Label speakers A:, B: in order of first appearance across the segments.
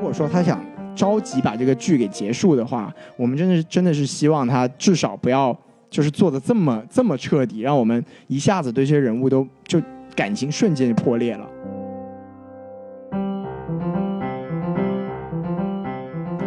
A: 果说他想着急把这个剧给结束的话，我们真的是真的是希望他至少不要就是做的这么这么彻底，让我们一下子对这些人物都就感情瞬间就破裂了。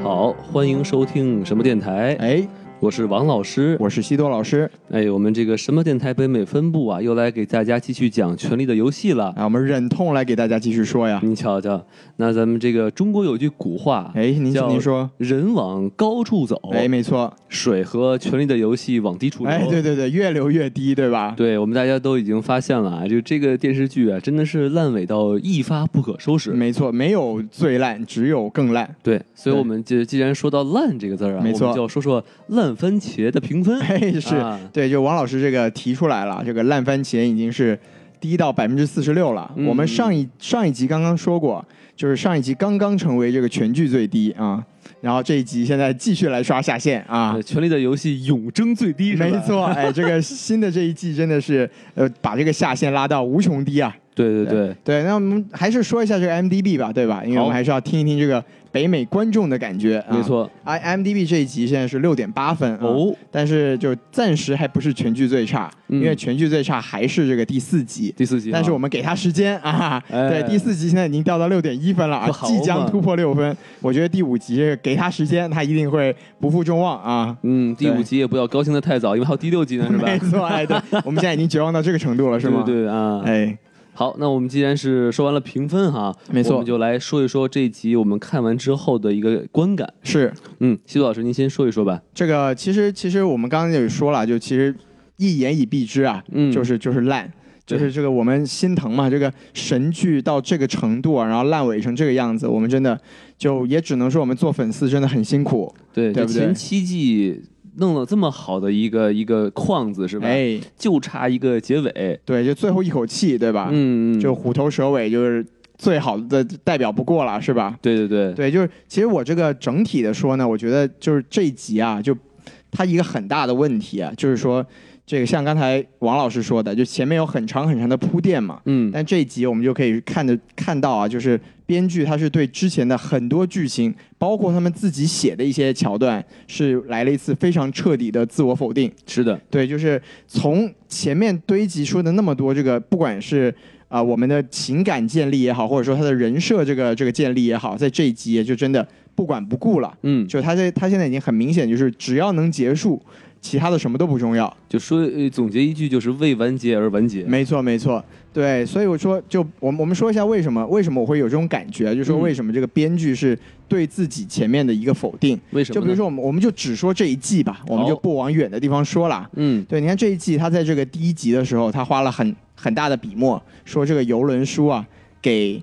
B: 好，欢迎收听什么电台？
A: 哎，
B: 我是王老师。
A: 我是西多老师
B: 哎，我们这个什么电台北美分部啊，又来给大家继续讲《权力的游戏》了。
A: 啊，我们忍痛来给大家继续说呀。
B: 你瞧瞧，那咱们这个中国有句古话，
A: 哎，您
B: 叫
A: 您说，
B: 人往高处走，
A: 哎，没错，
B: 水和《权力的游戏》往低处流。
A: 哎，对对对，越流越低，对吧？
B: 对我们大家都已经发现了啊，就这个电视剧啊，真的是烂尾到一发不可收拾。
A: 没错，没有最烂，只有更烂。
B: 对，所
A: 嗯
B: 以
A: 对
B: 我们就既然说到“烂”这个字儿啊，
A: 没错
B: 我们就要说说烂番茄的评分。
A: 哎，是、
B: 啊
A: 对，就王老师这个提出来了，这个烂番茄已经是低到百分之四十六了。
B: 嗯
A: 我们上一上一集刚刚说过，就是上一集刚刚成为这个全剧最低啊，然后这一集现在继续来刷下线啊
B: 呃。权力的游戏永争最低，是吧
A: 没。错，哎，这个新的这一季真的是，呃，把这个下限拉到无穷低啊！
B: 对对对，
A: 对，那我们还是说一下这个 MDB 吧，对吧？因为我
B: 好
A: 们还是要听一听这个北美观众的感觉。啊
B: 没错。
A: ，I MDB 这一集现在是六点八分、啊、
B: 哦，
A: 但是就暂时还不是全剧最差，
B: 嗯
A: 因为全剧最差还是这个第四集。
B: 第四集啊，
A: 但是我们给他时间啊，
B: 哎
A: 对，第四集现在已经掉到六点一分了啊
B: 不，好嘛
A: 即将突破六分。我觉得第五集这个给他时间，他一定会不负众望啊。
B: 嗯，第五
A: 对
B: 集也不要高兴的太早，因为还有第六集呢，是吧？
A: 没错，哎，对，我们现在已经绝望到这个程度 了，是吗？
B: 对对啊。
A: 哎，
B: 好，那我们既然是说完了评分哈，
A: 没错
B: 我们就来说一说这一集我们看完之后的一个观感。
A: 是
B: 嗯，西渡老师，您先说一说吧。
A: 这个其实其实我们刚刚也说了，就其实一言以蔽之啊，
B: 嗯
A: 就是就是烂。就
B: 对
A: 是这个，我们心疼嘛，这个神剧到这个程度啊，然后烂尾成这个样子，我们真的就也只能说我们做粉丝真的很辛苦，
B: 对，
A: 对
B: 这
A: 不对
B: 前七季弄了这么好的一个一个框子是吧？
A: 哎，
B: 就差一个结尾。
A: 对，就最后一口气，对吧？
B: 嗯嗯，
A: 啊就虎头蛇尾，就是最好的代表不过了，是吧？
B: 对对对，
A: 对，就是其实我这个整体的说呢，我觉得就是这一集啊，就它一个很大的问题啊，就是说这个像刚才王老师说的，就前面有很长很长的铺垫嘛，
B: 嗯，
A: 但这一集我们就可以看得看到啊，就是编剧他是对之前的很多剧情，包括他们自己写的一些桥段，是来了一次非常彻底的自我否定。
B: 是的，
A: 对，就是从前面堆积出的那么多这个，不管是啊、我们的情感建立也好，或者说他的人设这个这个建立也好，在这一集也就真的不管不顾了。
B: 嗯，
A: 就他在他现在已经很明显，就是只要能结束，其他的什么都不重要。
B: 就说呃总结一句就是为完结而完结。
A: 没错，没错，对，所以我说，就我们我们说一下为什么为什么我会有这种感觉，就说
B: 嗯
A: 为什么这个编剧是对自己前面的一个否定。
B: 为什么？
A: 就比如，说我们我们就只说这一季吧，我们就
B: 好
A: 不往远的地方说了。
B: 嗯，
A: 对，你看这一季，他在这个第一集的时候，他花了很很大的笔墨，说这个游轮书啊，给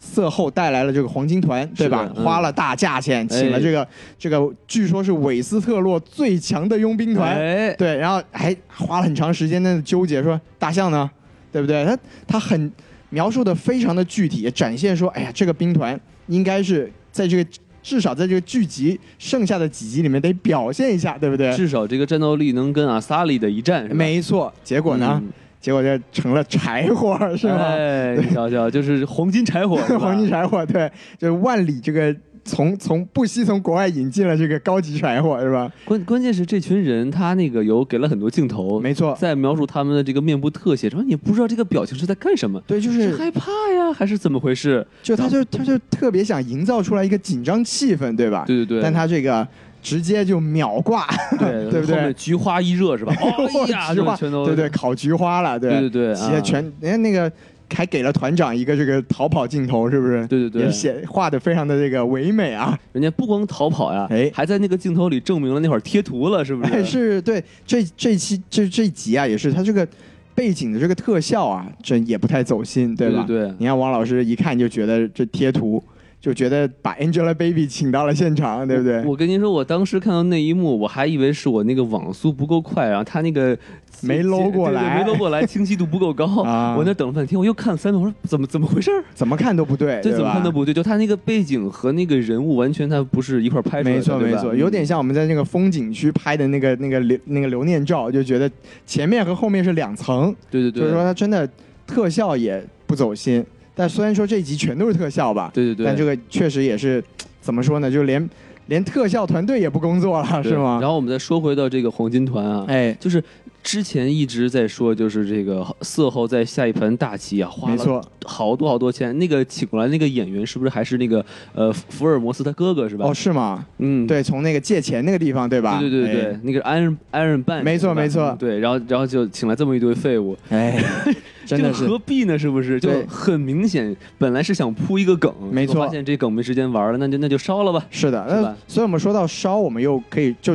A: 色后带来了这个黄金团，对吧
B: 是？的嗯
A: 花了大价钱，请了
B: 哎
A: 这个、这个，据说是韦斯特洛最强的佣兵团，
B: 哎，
A: 对，然后还花了很长时间在那纠结说大象呢，对不对？他他很描述的非常的具体，也展现说，哎呀，这个兵团应该是在这个至少在这个剧集剩下的几集里面得表现一下，对不 对？
B: 至少这个战斗力能跟阿萨利的一战是吧？
A: 没错，结果呢？
B: 嗯
A: 结果这成了柴火，是吗？
B: 哎，你瞧瞧，就是黄金柴火，是吧
A: 黄金柴火，对，就是万里这个从从不惜从国外引进了这个高级柴火，是吧？
B: 关关键是这群人，他那个有给了很多镜头，
A: 没错，
B: 在描述他们的这个面部特写，说你不知道这个表情是在干什么，
A: 对，就是是
B: 害怕呀，还是怎么回事？
A: 就他就他就特别想营造出来一个紧张气氛，对吧？
B: 对对对，
A: 但他这个直接就秒挂，
B: 对
A: 对不对
B: 后面菊花一热 是吧？哎呀，
A: 菊
B: 就
A: 花，
B: 全都
A: 对对，烤菊花了，
B: 对
A: 对，
B: 对对，
A: 直
B: 啊
A: 接全人家那个还给了团长一个这个逃跑镜头，是不是？
B: 对对对
A: 也写画的非常的这个唯美啊，
B: 人家不光逃跑呀
A: 哎，
B: 还在那个镜头里证明了那会儿贴图了，是不
A: 哎，
B: 是？
A: 是对这这期这这一集啊，也是它这个背景的这个特效啊，这也不太走心，
B: 对
A: 吧？
B: 对对
A: 你看王老师一看就觉得这贴图，就觉得把 Angelababy 请到了现场，对不对？
B: 我跟您说，我当时看到那一幕，我还以为是我那个网速不够快，然后他那个
A: 没搂过来
B: 对对没搂过来，清晰度不够高。
A: 啊
B: 我那等了半天，我又看了三遍，我说怎么怎么回事儿？
A: 怎么看都不对，
B: 这
A: 对
B: 怎么
A: 吧？
B: 看都不对，就他那个背景和那个人物完全他不是一块儿拍出来的，
A: 没错
B: 对
A: 没
B: 吧嗯
A: 错，有点像我们在那个风景区拍的那个那个留那个留念照，就觉得前面和后面是两层，
B: 对对
A: 所以
B: 对
A: 说，它真的特效也不走心。但虽然说这一集全都是特效吧，
B: 对对对，
A: 但这
B: 个
A: 个确实也是怎么说呢，就连连特效团队也不工作了，是吗？
B: 然后我们再说回到这个黄金团啊，
A: 哎，
B: 就是之前一直在说，就是这个色后在下一盘大棋啊，花
A: 没
B: 了
A: 错，
B: 好多好多钱。那个请过来那个演员是不是还是那个呃福尔摩斯他哥哥是吧？
A: 哦，是吗？
B: 嗯，
A: 对，从那个借钱那个地方，对吧？
B: 对对对
A: 哎
B: 对，那个 Iron Iron Man，
A: 没错
B: 是吧
A: 没错
B: 嗯对，然后然后就请来这么一堆废物，
A: 哎， 真的
B: 这
A: 是
B: 个何必呢？是不是？就
A: 对
B: 很明显，本来是想铺一个梗，
A: 没错
B: 结果发现这梗没时间玩了，那就那就烧了吧。
A: 是的。
B: 是
A: 那
B: 吧
A: 所以我们说到烧，我们又可以就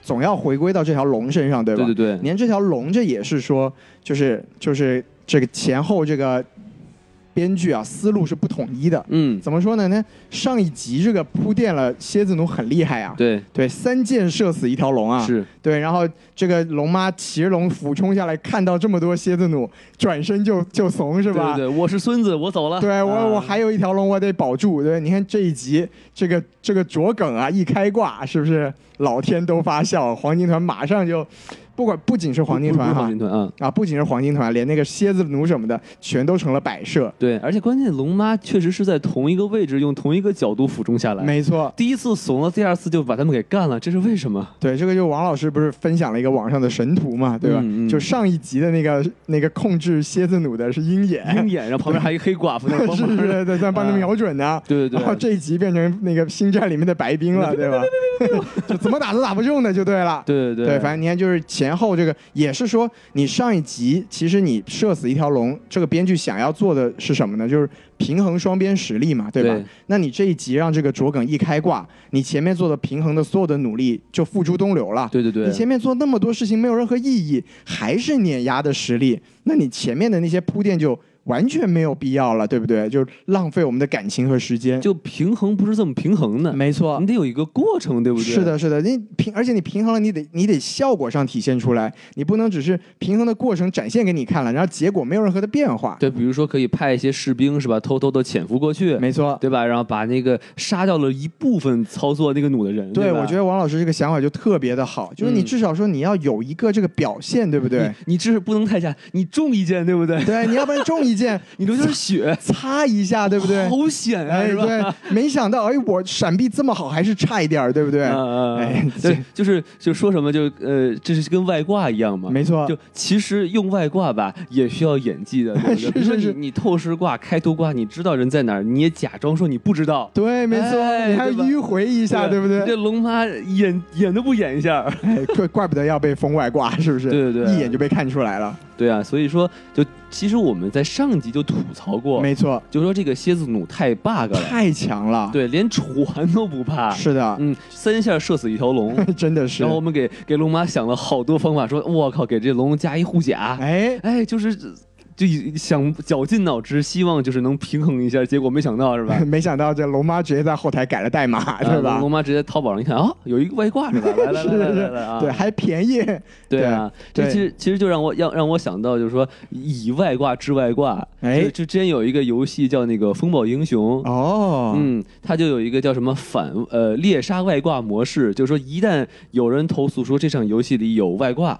A: 总要回归到这条龙身上，对吧？
B: 对对对，
A: 连这条龙这也是说，就是就是这个前后这个编剧啊思路是不统一的。
B: 嗯，
A: 怎么说呢？那上一集这个铺垫了蝎子奴很厉害啊，
B: 对，
A: 对，三箭射死一条龙啊，
B: 是，
A: 对，然后这个龙妈骑着龙俯冲下来，看到这么多蝎子弩，转身就就怂是
B: 对
A: 吧？
B: 对对，我是孙子，我走了。
A: 对我、
B: 啊
A: 我还有一条龙，我得保住。对，你看这一集这个这个卓梗啊，一开挂是不是老天都发笑？黄金团马上就，不管不仅是黄金
B: 不不
A: 团
B: 是
A: 哈
B: 黄，金团啊。
A: 啊，不仅是黄金团，连那个蝎子弩什么的，全都成了摆设。
B: 对，而且关键龙妈确实是在同一个位置用同一个角度俯冲下来。
A: 没错，
B: 第一次怂了，第二次就把他们给干了，这是为什么？
A: 对，这个就王老师不是分享了一个网上的神图嘛，对吧？
B: 嗯嗯
A: 就上一集的那个那个控制蝎子弩的是鹰眼，
B: 鹰眼，然后旁边还有一个黑寡妇在帮
A: 哎 是
B: 忙。
A: 是对，在帮他
B: 啊
A: 瞄准呢。
B: 对对
A: 然后
B: 对，
A: 这一集变成那个星战里面的白冰了，对吧？就怎么打都打不中的，就对了。
B: 对对对
A: 对，反正你看，就是前后这个也是说，你上一集其实你射死一条龙，这个编剧想要做的是什么呢？就是平衡双边实力嘛，对吧？
B: 对
A: 那你这一集让这个卓梗一开挂，你前面做的平衡的所有的努力就付诸东流了。
B: 对对对，
A: 你前面做那么多事情没有任何意义，还是碾压的实力，那你前面的那些铺垫就完全没有必要了，对不对？就浪费我们的感情和时间。
B: 就平衡不是这么平衡的，
A: 没错
B: 你，得有一个过程，对不对？
A: 是，的，是的，你平，而且你平衡了，你得你得效果上体现出来，你不能只是平衡的过程展现给你看了，然后结果没有任何的变化。
B: 对，比如说可以派一些士兵是吧，偷偷的潜伏过去，
A: 没错，
B: 对吧？然后把那个杀掉了一部分操作那个弩的人，
A: 对，
B: 吧
A: 我觉得王老师这个想法就特别的好，就是你
B: 嗯
A: 至少说你要有一个这个表现，对不对？
B: 你这是不能太下，你中一箭，对不对？
A: 对，你要不然中一箭，
B: 你流点血，
A: 擦一下，对不对？
B: 好险啊，
A: 哎，
B: 是吧？
A: 对，没想到，哎，我闪避这么好，还是差一点儿，对不对？
B: 嗯嗯
A: 哎
B: 嗯，对，就是就说什么就呃，这是跟外挂一样嘛。
A: 没错，
B: 就其实用外挂吧，也需要演技的。对 不
A: 是
B: 对比如说
A: 是是
B: 你你透视挂、开图挂，你知道人在哪儿，你也假装说你不知道，
A: 对，没错，
B: 哎
A: 你还
B: 对吧
A: 迂回一
B: 一
A: 下，对不
B: 你
A: 对？
B: 这龙妈演演都不演一下，
A: 哎，怪怪不得要被封外挂，是不是？
B: 对对对
A: 一眼就被看出来了。
B: 对啊，所以说就其实我们在上集就吐槽过，
A: 没错，
B: 就说这个蝎子弩太 bug 了，
A: 太强了。，
B: 对，连船都不怕，
A: 是的，
B: 嗯，三下射死一条龙。
A: 真的是
B: 嗯然。后我们给给龙妈想了好多方法，说我靠，给这龙加一护甲，
A: 哎，？
B: 哎，就是就想绞尽脑汁，希望就是能平衡一下，结果没想到是 吧
A: 没想到这龙妈直接在后台改了代码，对
B: 啊
A: 吧
B: 龙？妈直接淘宝上一看啊，有一个外挂是吧？来来来
A: 是
B: 来
A: 是
B: 来来啊！
A: 对，还便宜。
B: 对啊，这
A: 对
B: 其实其实就让我让让我想到，就是说以外挂治外挂。
A: 哎
B: 就就之前有一个游戏叫那个《风暴英雄》。
A: 哦，
B: 嗯，它就有一个叫什么反呃猎杀外挂模式，就是说一旦有人投诉说这场游戏里有外挂，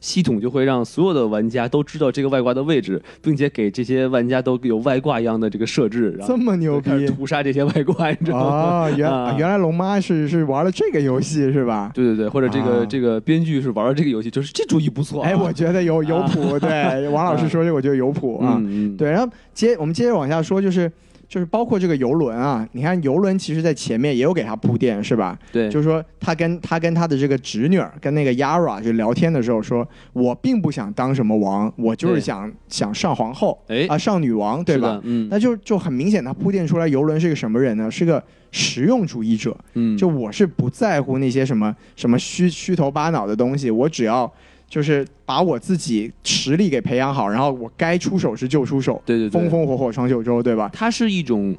B: 系统就会让所有的玩家都知道这个外挂的位置，并且给这些玩家都有外挂一样的这个设置，然
A: 这
B: 后
A: 么牛
B: 就开始
A: 逼
B: 屠杀这些外挂，你知道吗？
A: 哦，原
B: 啊
A: 原来龙妈是是玩了这个游戏是吧？
B: 对对对，或者这个、
A: 啊
B: 这个编剧是玩了这个游戏，就是这主意不错、啊。嗯
A: 哎，我觉得有有谱， 对，王老师说这个我觉得有谱啊。
B: 嗯嗯，
A: 对，然后接我们接着往下说，就是就是包括这个游轮啊，你看游轮其实在前面也有给他铺垫，是吧？
B: 对，
A: 就是说他跟他跟他的这个侄女儿跟那个 Yara 就聊天的时候说，我并不想当什么王，我就是
B: 对
A: 想想上皇后，
B: 哎
A: 啊上女王，对
B: 是
A: 吧？
B: 的？嗯，
A: 那就就很明显，他铺垫出来游轮是个什么人呢？是个实用主义者，
B: 嗯，
A: 就我是不在乎那些什么什么虚虚头巴脑的东西，我只要就是把我自己实力给培养好，然后我该出手时就出手，
B: 对对对，
A: 风风火火闯九州，对吧？
B: 它是一种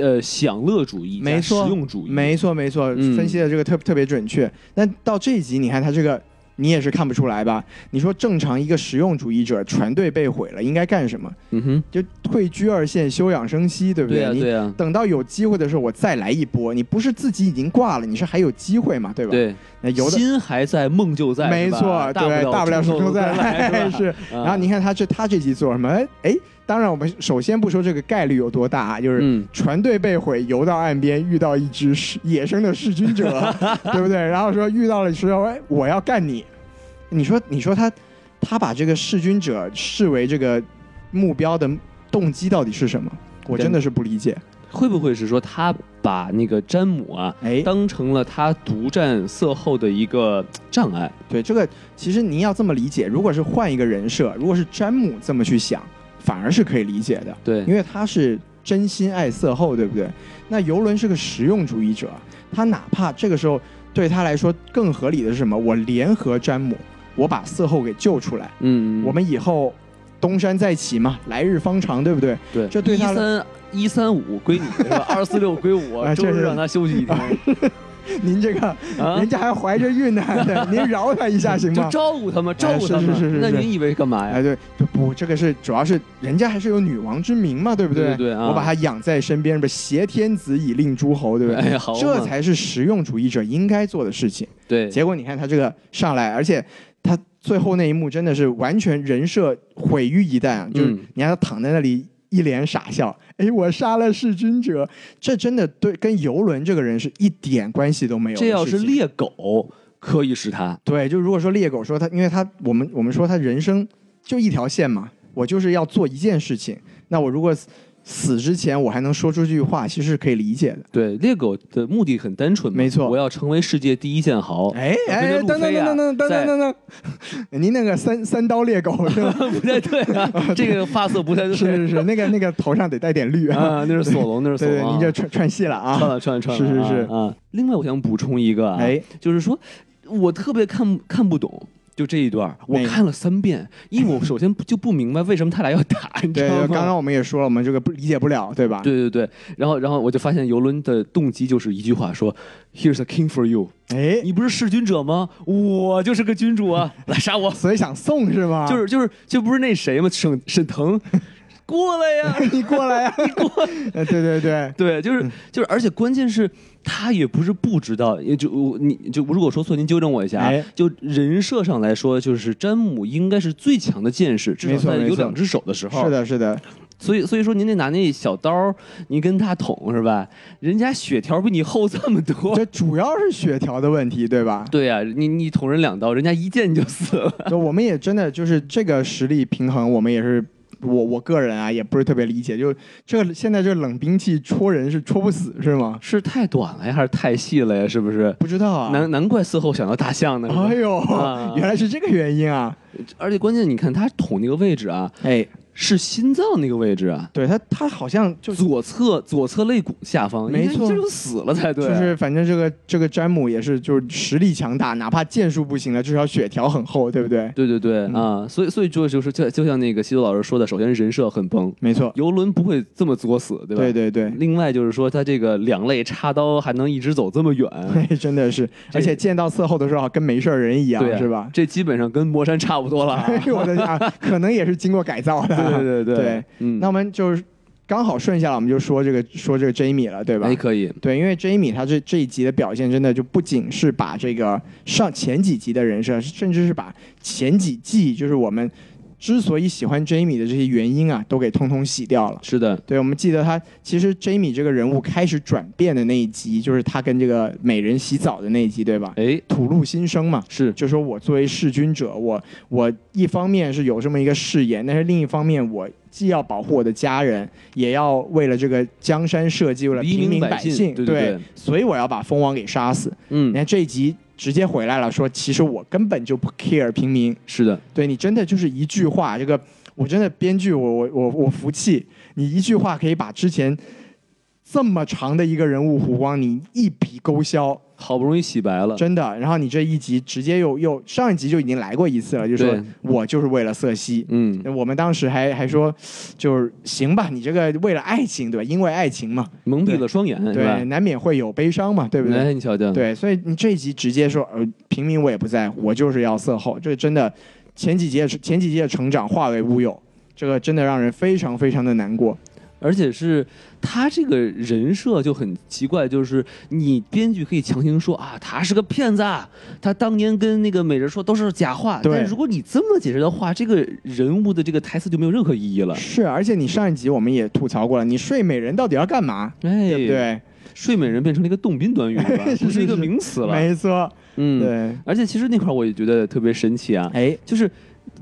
B: 呃享乐主义，
A: 没错
B: 实用主义，
A: 没错没错，
B: 嗯
A: 分析的这个特特别准确。那到这一集，你看他这个你也是看不出来吧？你说正常一个实用主义者，船队被毁了，应该干什么？
B: 嗯哼，
A: 就退居二线，休养生息，对不
B: 对呀、啊
A: 你
B: 对呀、
A: 等到有机会的时候，我再来一波。你不是自己已经挂了，你是还有机会嘛，对吧？，
B: 对，
A: 那有的
B: 心还在，梦就在，
A: 没
B: 是吧
A: 错，
B: 大
A: 对，大
B: 不
A: 不了
B: 出
A: 出
B: 头
A: 头再
B: 来，
A: 来
B: 吧
A: 是。
B: 啊
A: 然后你看他这他这集做什么？哎哎，当然我们首先不说这个概率有多大啊，就是
B: 嗯，
A: 船队被毁，游到岸边遇到一只噬野生的弑君者，对不对？然后说遇到了之后，哎，我要干你。你说，你说他他把这个弑君者视为这个目标的动机到底是什么？我真的是不理解。
B: 会不会是说他把那个詹姆啊，
A: 哎，
B: 当成了他独占色后的一个障碍？
A: 对这个，其实您要这么理解，如果是换一个人设，如果是詹姆这么去想，反而是可以理解的，
B: 对，
A: 因为他是真心爱色后，对不对？那尤伦是个实用主义者，他哪怕这个时候对他来说更合理的是什么？我联合詹姆，我把色后给救出来，
B: 嗯，
A: 我们以后东山再起嘛，来日方长，对不对？
B: 对
A: 这对他
B: 一三一三五 归你是吧？二四六归我，
A: 啊
B: 周
A: 这
B: 日
A: 是
B: 让他休息一天
A: 您这个，
B: 啊
A: 人。家还怀着孕呢，对 您饶他一下 行
B: 就
A: 吗？
B: 照顾他们，照顾他们。
A: 是是是是
B: 那
A: 是
B: 您以为干嘛呀？
A: 哎，对，就不，这个是主要是人家还是有女王之名嘛，对不
B: 对对啊
A: 我把她养在身边，不是挟天子以令诸侯，对不对？
B: 哎好嘛
A: 这才是实用主义者应该做的事情。
B: 对，
A: 结果你看他这个上来，而且他最后那一幕真的是完全人设毁于一旦啊，就是
B: 嗯
A: 你看他躺在那里一脸傻笑，哎，我杀了弑君者，这真的对跟游轮这个人是一点关系都没有的
B: 这
A: 事情。
B: 要是猎狗，可以是他。
A: 对，就如果说猎狗说他，因为他我们我们说他人生就一条线嘛，我就是要做一件事情。那我如果死死之前我还能说出这句话，其实是可以理解的。
B: 对，猎狗的目的很单纯嘛，
A: 没错
B: 我要成为世界第一剑豪。
A: 哎
B: 我觉
A: 哎，
B: 得
A: 等等
B: 路飞啊
A: 等等等
B: 在？
A: 等等等， 您那个三三刀猎狗是吧
B: 不太对 啊，这个发色不太对。
A: 是是是，那个那个头上得带点绿啊。
B: 啊，那是索隆，那是 索
A: 对对，
B: 隆啊。
A: 您这串串戏了啊。
B: 串了串了串了啊，
A: 是是是
B: 啊。另外，我想补充一个啊，
A: 哎，
B: 就是说我特别看看不懂。就这一段儿，我
A: 哪个
B: 看了三遍，因为我首先不就不明白为什么他俩要打， 你知
A: 对，
B: 道吗？
A: 就刚刚我们也说了，我们这个不理解不了，对吧？
B: 对对对，然后然后我就发现游轮的动机就是一句话说，Here's a king for you，
A: 哎，
B: 你不是弑君者吗？我就是个君主 啊，来杀我！
A: 所以想送是吗？
B: 就是就是就不是那谁吗？沈沈 腾，过来呀！嗯
A: 你过来呀，你过。 对对对，
B: 对，就是就是，而且关键是，他也不是不知道，也就我你就如果说错，您纠正我一下啊。
A: 哎
B: 就人设上来说，就是詹姆应该是最强的剑士，至
A: 没
B: 少
A: 错
B: 在
A: 没
B: 有
A: 错
B: 两只手的时候。
A: 是。的，是的，
B: 所以所以说，您得拿那小刀儿，你跟他捅是吧？人家血条比你厚这么 多。
A: 这主要是血条的问题，对吧？
B: 对呀、你你捅人两刀，人家一剑你就死了。
A: 就我们也真的就是这个实力平衡，我们也是我我个人啊，也不是特别理解，就这个现在这冷兵器戳人是戳不死是吗？
B: 是太短了呀，还是太细了呀？是不是？
A: 不知道啊。
B: 难难怪事后想到大象呢。是吧
A: 哎呦，
B: 啊
A: 原来是这个原因啊！
B: 而且关键，你看他捅那个位置啊，
A: 哎，
B: 是心脏那个位置啊。
A: 对他，他好像就是
B: 左侧左侧肋骨下方，
A: 没错
B: 应该这就死了才对。啊
A: 就是，反正这个这个詹姆也是，就是实力强大，哪怕剑术不行了，至少血条很厚，对不对？
B: 对对对、
A: 嗯
B: 啊，所以所以就就是就就像那个西多老师说的，首先人设很崩，
A: 没错，
B: 游轮不会这么作死，对吧？
A: 对对对，
B: 另外就是说，他这个两肋插刀还能一直走这么 远，
A: 嘿真的是，
B: 这
A: 而且见到伺候的时候跟没事儿人一样
B: 对，啊
A: 是吧？
B: 这基本上跟魔山差不多了啊。
A: 哎呦我的天啊，可能也是经过改造的。
B: 对对对
A: 对，
B: 嗯，
A: 那我们就是刚好顺下来，我们就说这个说这个 Jamie 了，对吧
B: 哎？可以，
A: 对，因为 Jamie 他这这一集的表现真的就不仅是把这个上前几集的人设，甚至是把前几季就是我们之所以喜欢 Jamie 的这些原因啊，都给通通洗掉了。
B: 是的，
A: 对，我们记得他其实 Jamie 这个人物开始转变的那一集，就是他跟这个美人洗澡的那一集，对吧？
B: 哎
A: 吐露心声嘛，
B: 是
A: 就说我作为弑君者，我我一方面是有这么一个誓言，但是另一方面，我既要保护我的家人，也要为了这个江山社稷，为了
B: 黎
A: 平
B: 民
A: 民
B: 百
A: 百
B: 姓
A: 姓，
B: 对对对
A: 所以我要把蜂王给杀死。你
B: 嗯
A: 看这一集直接回来了，说其实我根本就不 care 平民，
B: 是的，
A: 对你真的就是一句话，这个我真的编剧我我我我服气，你一句话可以把之前这么长的一个人物弧光，你一笔勾销。
B: 好不容易洗白了，
A: 真的。然后你这一集直接又又上一集就已经来过一次了，就说
B: 对
A: 我就是为了色西。
B: 嗯，
A: 我们当时还还说，就是行吧，你这个为了爱情对吧？因为爱情嘛，
B: 蒙蔽了双眼，嗯是吧
A: 对，？难免会有悲伤嘛，对不对？
B: 哎，你瞧瞧，
A: 对，所以你这一集直接说，呃，平民我也不在乎，我就是要色后，这真的前几集的前几集的成长化为乌有，这个真的让人非常非常的难过。
B: 而且是他这个人设就很奇怪，就是你编剧可以强行说啊，他是个骗子，啊，他当年跟那个美人说都是假话。
A: 对
B: 但如果你这么解释的话，这个人物的这个台词就没有任何意义了。
A: 是，而且你上一集我们也吐槽过了，你睡美人到底要干嘛？
B: 哎，
A: 对不对？
B: 睡美人变成了一个动宾短语 了吧，
A: 是
B: 不是一个
A: 是
B: 名词了。
A: 没错，
B: 嗯，
A: 对，
B: 而且其实那块儿我也觉得特别神奇啊，
A: 哎
B: 就是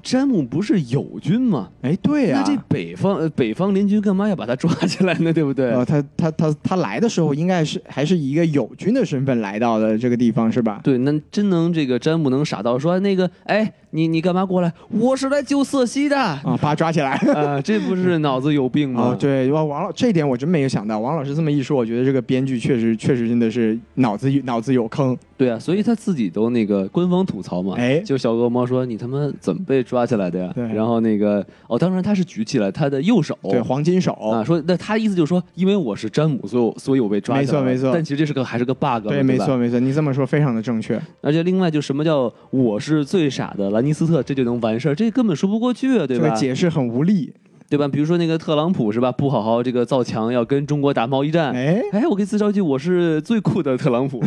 B: 詹姆不是友军吗？
A: 哎，对呀、
B: 那这北方呃北方联军干嘛要把他抓起来呢？对不 对？
A: 呃，他他他他来的时候应该是还是以一个友军的身份来到的这个地方是吧？
B: 对，那真能这个詹姆能傻到说那个，哎，你你干嘛过来？我是来救瑟西的。 啊、
A: 啊，把他抓起来。
B: 这不是脑子有病吗？
A: 哦，对，哇，王老这一点我真没有想到。王老师这么一说，我觉得这个编剧确实确实真的是脑子脑子有坑。
B: 对啊，所以他自己都那个官方吐槽嘛。
A: 哎
B: 就小恶魔说你他妈怎么被抓起来的呀？
A: 对
B: 然后那个哦，当然他是举起来他的右手。
A: 对，黄金手，
B: 啊，说那他意思就是说，因为我是詹姆，所以我所以我被抓起来了。
A: 没错没错
B: 但其实这是个还是个 bug 嘛。
A: 对，
B: 对，
A: 没错。没错，你这么说非常的正确。
B: 而且另外就什么叫我是最傻的兰尼斯特，这就能完事儿，这根本说不过去啊，对
A: 这
B: 吧？
A: 个解释很无力。
B: 对吧？比如说那个特朗普是吧，不好好这个造墙，要跟中国打贸易战。哎，
A: 哎，
B: 我可以自嘲一句，我是最酷的特朗普，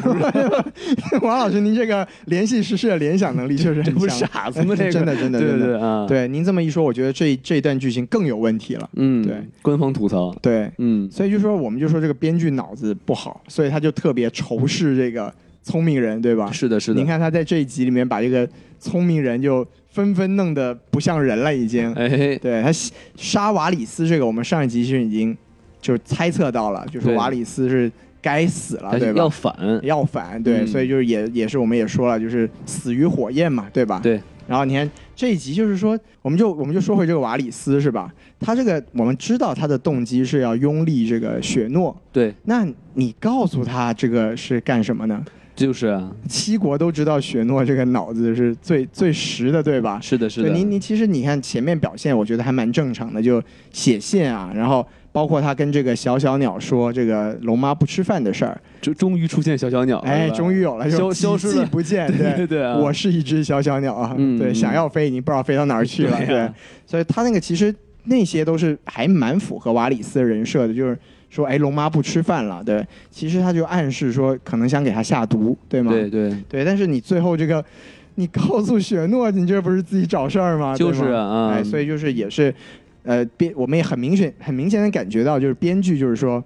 A: 王老师，您这个联系时事的联想能力确实
B: 这
A: 很
B: 不是
A: 强。哎
B: 傻子吗？这 个
A: 真的真的
B: 对对
A: 真
B: 对啊，，
A: 对，您这么一说，我觉得这这一段剧情更有问题了。
B: 嗯，
A: 对，
B: 官方吐槽，
A: 对，
B: 嗯，
A: 所以就说我们就说这个编剧脑子不好，所以他就特别仇视这个聪明人，对吧？
B: 是的，是
A: 您
B: 的，
A: 看他在这一集里面把这个聪明人就纷纷弄得不像人了，已经。
B: 哎，
A: 对他西杀瓦里斯这个，我们上一集是已经就是猜测到了，就是
B: 对
A: 瓦里斯是该死了，
B: 他
A: 对
B: 哎要
A: 吧？
B: 反，
A: 要反对，
B: 嗯
A: 所以就是也也是我们也说了，就是死于火焰嘛，对吧？
B: 对。
A: 然后你看这一集，就是说，我们就我们就说回这个瓦里斯是吧？他这个我们知道他的动机是要拥立这个雪诺，
B: 对，
A: 那你告诉他这个是干什么呢？
B: 就是啊，
A: 七国都知道雪诺这个脑子是最最实的，对吧？
B: 是的，是
A: 对，
B: 的
A: 您，您其实你看前面表现，我觉得还蛮正常的，就写信啊，然后包括他跟这个小小鸟说这个龙妈不吃饭的事儿，
B: 终终于出现小小鸟了，
A: 哎，
B: 哦是吧
A: 终于有了，
B: 消
A: 就
B: 消失
A: 既
B: 了
A: 不 见，对
B: 对对啊
A: 我是一只小小鸟啊，
B: 嗯
A: 对，
B: 嗯
A: 想要飞已经不知道飞到哪儿去了，
B: 对
A: 对
B: 啊，
A: 所以他那个其实那些都是还蛮符合瓦里斯的人设的，就是说，哎，龙妈不吃饭了，对，其实他就暗示说可能想给他下毒，对吗？
B: 对对，
A: 对，但是你最后这个，你告诉雪诺，你这不是自己找事儿吗？
B: 就是
A: 对吗
B: 啊啊
A: 哎，所以就是也是，呃，编我们也很明显、很明显的感觉到，就是编剧就是说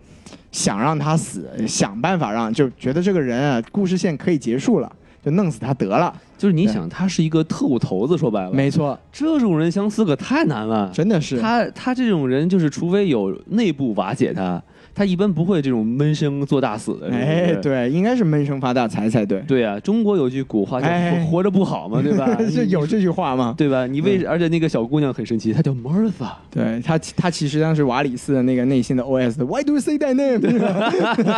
A: 想让他死，想办法让，就觉得这个人啊，故事线可以结束了，就弄死他得了。
B: 就是你
A: 对
B: 想，他是一个特务头子，说白了，
A: 没错，
B: 这种人想死可太难了，
A: 真的是。
B: 他他这种人就是，除非有内部瓦解他，他一般不会这种闷声做大死的。
A: 哎
B: 是，不是
A: 对，应该是闷声发大财才对，
B: 对啊，中国有句古话叫“
A: 哎？
B: 活着不好”嘛，对吧
A: 是有
B: 你
A: 这句话吗？
B: 对吧？你为而且那个小姑娘很神奇，她叫 Martha，
A: 对他，他其实当时瓦里斯的那个内心的 OS 的 Why do you say that name？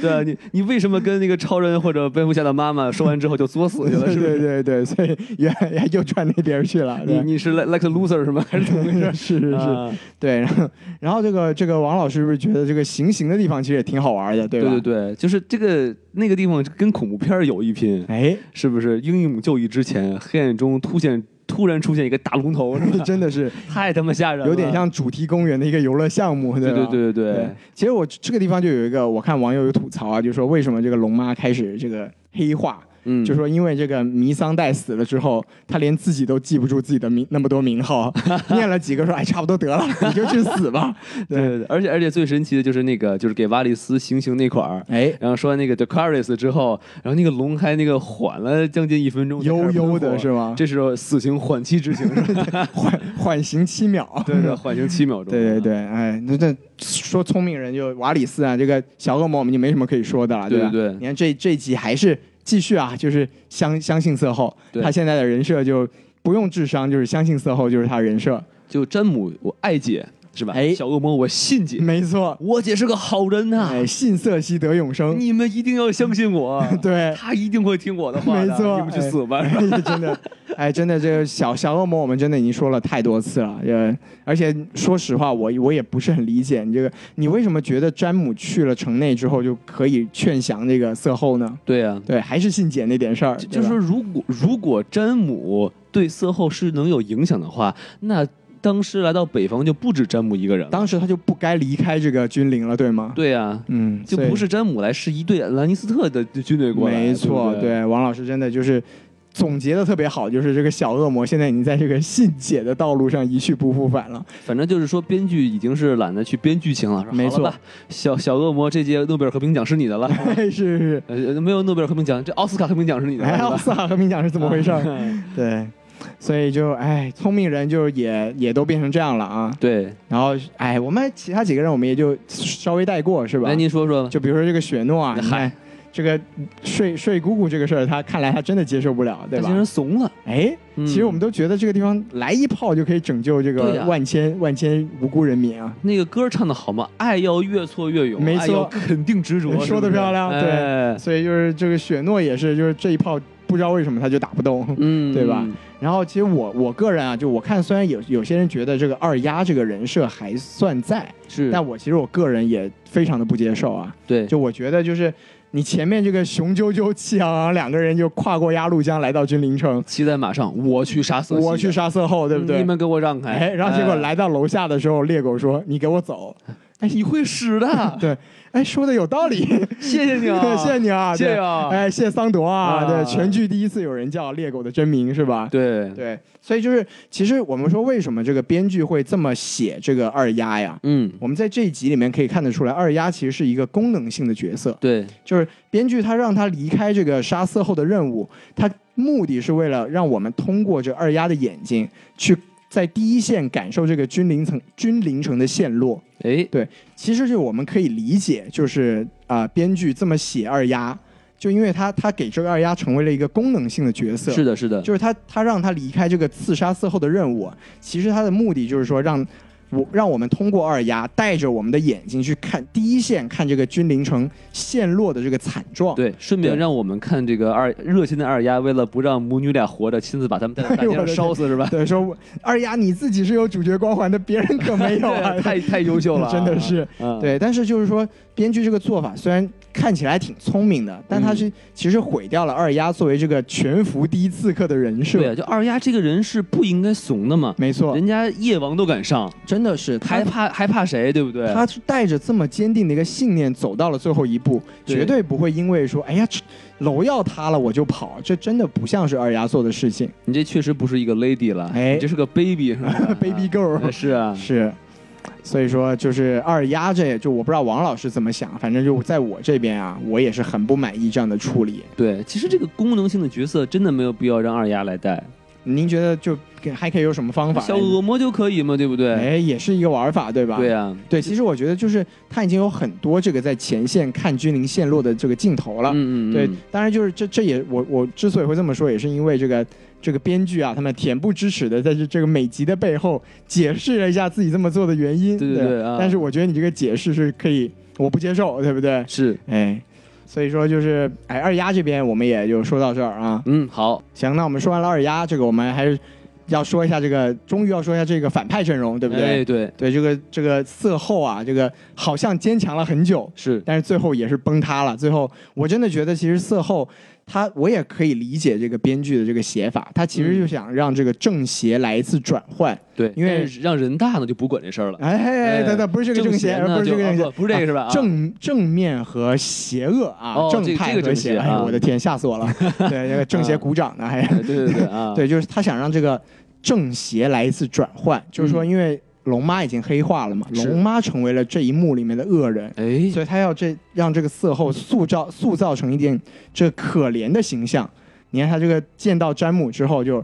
B: 对啊，你你为什么跟那个超人或者蝙蝠侠的妈妈说完之后就作死去了？
A: 对
B: 是不
A: 对
B: 是？
A: 对对，所以 原来又转那边去了。对
B: 你你是 like like a loser 是吗？还是怎么回 事？
A: 是是是，
B: 啊
A: 对，然后然后这个这个王老师是不是觉得这个行刑的地方其实也挺好玩的，对
B: 对
A: 吧？
B: 对对，就是这个那个地方跟恐怖片儿有一拼，
A: 哎，
B: 是不是？英勇就义之前，黑暗中突现突然出现一个大龙头，是吧？
A: 真的是
B: 太他妈吓人了，
A: 有点像主题公园的一个游乐项目，
B: 对
A: 吧？
B: 对对对
A: 对
B: 对，
A: 其实我这个地方就有一个，我看网友有吐槽啊，就说为什么这个龙妈开始这个黑化，
B: 嗯，
A: 就是说因为这个弥桑代死了之后，他连自己都记不住自己的名那么多名号，念了几个说哎差不多得了，你就去死吧。
B: 对对对，而且而且最神奇的就是那个，就是给瓦里斯行刑那块儿。
A: 哎，
B: 然后说那个 d e c a r i s 之后，然后那个龙还那个缓了将近一分钟，
A: 悠悠的是
B: 吧？
A: 吗？
B: 这时候死刑缓期执行， 是吧
A: 缓缓刑七秒，
B: 对对，缓刑七秒钟。
A: 对对对，哎，那这说聪明人就瓦里斯啊，这个小恶魔我们就没什么可以说的了，
B: 对
A: 吧？
B: 对对
A: 你看这这集还是继续啊，就是相相信色后，
B: 对
A: 他现在的人设就不用智商，就是相信色后就是他人设。
B: 就詹姆，我爱姐，是吧？
A: 哎
B: 小恶魔，我信姐，
A: 没错，
B: 我姐是个好人呐、
A: 哎，信色即得永生，，
B: 你们一定要相信我
A: 对
B: 她一定会听我的话的，
A: 没错，
B: 你们去死吧！
A: 哎 哎真的，哎，真的，这个小小恶魔我们真的已经说了太多次了，呃，而且说实话，我我也不是很理解你这个，你为什么觉得詹姆去了城内之后就可以劝降这个色后呢？
B: 对呀、啊，
A: 对，还是信姐那点事儿，
B: 就就是
A: 对啊
B: 说
A: 吧
B: 如果如果詹姆对色后是能有影响的话，那当时来到北方就不止詹姆一个人了。
A: 当时他就不该离开这个军营了，对吗？
B: 对啊，
A: 嗯，
B: 就
A: 所以
B: 不是詹姆来，是一队兰尼斯特的军队过来。
A: 没错，
B: 对不对
A: 王老师真的就是总结的特别好，就是这个小恶魔现在已经在这个信解的道路上一去不复返了。
B: 反正就是说，编剧已经是懒得去编剧情了。说
A: 没错
B: 好了吧，小小恶魔这届诺贝尔和平奖是你 的了。
A: 是是是，
B: 呃，没有诺贝尔和平奖，这奥斯卡和平奖是你的 了。
A: 哎，
B: 是吧
A: 奥斯卡和平奖是怎么回事 儿？对，所以就哎，聪明人就也也都变成这样了啊。
B: 对，
A: 然后哎，我们其他几个人我们也就稍微带过是吧
B: 来？您说说吧。
A: 就比如说这个雪诺啊，你看
B: 嗨
A: 这个睡睡姑姑这个事儿，他看来他真的接受不了，对
B: 他
A: 吧
B: 竟？然怂了。
A: 哎，
B: 嗯
A: 其实我们都觉得这个地方来一炮就可以拯救这
B: 对
A: 个
B: 呀
A: 万千、万千无辜人民啊！
B: 那个歌唱的好嘛，爱要越挫越勇，
A: 没错
B: 爱要肯定执着，
A: 说得
B: 是不是
A: 漂亮对
B: 哎
A: 所以就是这个雪诺也是，就是这一炮不知道为什么他就打不动。
B: 嗯，
A: 对吧？然后其实我我个人啊，就我看虽然有有些人觉得这个二丫这个人设还算在，
B: 是，
A: 但我其实我个人也非常的不接受啊。
B: 对，
A: 就我觉得就是你前面这个雄赳赳气昂昂两个人就跨过鸭绿江来到君临城，
B: 骑在马上，我去杀色，
A: 我去，杀色后，对不对？
B: 嗯你们给我让开。
A: 哎，然后结果，来到楼下的时候，猎狗说：“你给我走。”
B: 哎，你会使的，
A: 对，哎，说的有道理，
B: 谢谢你 啊，
A: 谢谢你啊，
B: 谢
A: 对
B: 谢啊
A: 哎，谢桑铎啊，
B: 啊
A: 对，全剧第一次有人叫猎狗的真名是吧？
B: 对，
A: 对，所以就是，其实我们说为什么这个编剧会这么写这个二丫呀？
B: 嗯，
A: 我们在这一集里面可以看得出来，二丫其实是一个功能性的角色，
B: 对，
A: 就是编剧他让他离开这个杀色后的任务，他目的是为了让我们通过这二丫的眼睛，去在第一线感受这个君临城君临城的陷落。
B: 哎，
A: 其实就我们可以理解，就是啊、编剧这么写二丫，就因为他他给这个二丫成为了一个功能性的角色，
B: 是的，是的，
A: 就是他他让他离开这个刺杀伺候的任务，其实他的目的就是说让我让我们通过二丫，带着我们的眼睛去看第一线看这个君临城陷落的这个惨状。
B: 对，顺便
A: 对
B: 让我们看这个二热心的二丫，为了不让母女俩活着，亲自把他们带到大 街
A: 哎呦我
B: 上
A: 的
B: 烧死，是 吧？
A: 对，说我二丫你自己是有主角光环的，别人可没有啊
B: 对。太太优秀了啊，
A: 真的是，
B: 嗯，
A: 对，但是就是说，编剧这个做法虽然看起来挺聪明的，但他是其实毁掉了二丫作为这个全服第一刺客的人设。
B: 对，啊就二丫这个人是不应该怂的嘛，
A: 没错，
B: 人家夜王都敢上，
A: 真的是他
B: 还怕还怕谁？对不对？
A: 他是带着这么坚定的一个信念走到了最后一步，
B: 对
A: 绝对不会因为说哎呀这楼要塌了我就跑，这真的不像是二丫做的事情。
B: 你这确实不是一个 lady 了，
A: 哎
B: 你这是个 baby 是吧
A: Baby girl
B: 啊是啊，
A: 是，所以说就是二丫这就我不知道王老师怎么想，反正就在我这边啊，我也是很不满意这样的处理。
B: 对，其实这个功能性的角色真的没有必要让二丫来带，
A: 您觉得就给还可以有什么方法呢？
B: 小恶魔就可以嘛，对不对？
A: 哎，也是一个玩法，对吧？
B: 对啊，
A: 对，其实我觉得就是他已经有很多这个在前线看君临陷落的这个镜头了。
B: 嗯嗯，嗯
A: 对，当然就是这这也我我之所以会这么说，也是因为这个这个编剧啊，他们恬不知耻的在这这个每集的背后解释了一下自己这么做的原因。
B: 对对对啊
A: 但是我觉得你这个解释是可以，我不接受，对不对？
B: 是，
A: 哎，所以说就是哎，二丫这边我们也就说到这儿啊。
B: 嗯，好，
A: 行，那我们说完了二丫这个，我们还是要说一下这个，终于要说一下这个反派阵容，对不对？
B: 哎，对，
A: 对这个这个色后啊，这个好像坚强了很久，
B: 是，
A: 但是最后也是崩塌了。最后我真的觉得，其实色后他我也可以理解这个编剧的这个写法，他其实就想让这个正邪来一次转换。
B: 对，
A: 因为
B: 但是让人大呢就不管这事儿了，
A: 哎，
B: 哎
A: 等等，不是这个
B: 正
A: 正
B: 邪
A: 邪，
B: 呢
A: 不是这个
B: 就
A: 正邪
B: 啊，不不是这个是吧
A: 啊
B: 啊
A: 正正面和邪恶啊，
B: 哦
A: 正
B: 这个
A: 派
B: 这个
A: 和
B: 正
A: 邪。
B: 邪
A: 哎呦，
B: 啊
A: 我的天，吓死我 了！对，这个正邪鼓掌呢，还、
B: 哎对对对啊，
A: 对，就是他想让这个正邪来一次转换，就是说，
B: 嗯
A: 因为龙妈已经黑化了嘛，
B: 是
A: 龙妈成为了这一幕里面的恶人，
B: 哎，
A: 所以他要这让这个色后塑造塑造成一点这可怜的形象。你看他这个见到詹姆之后就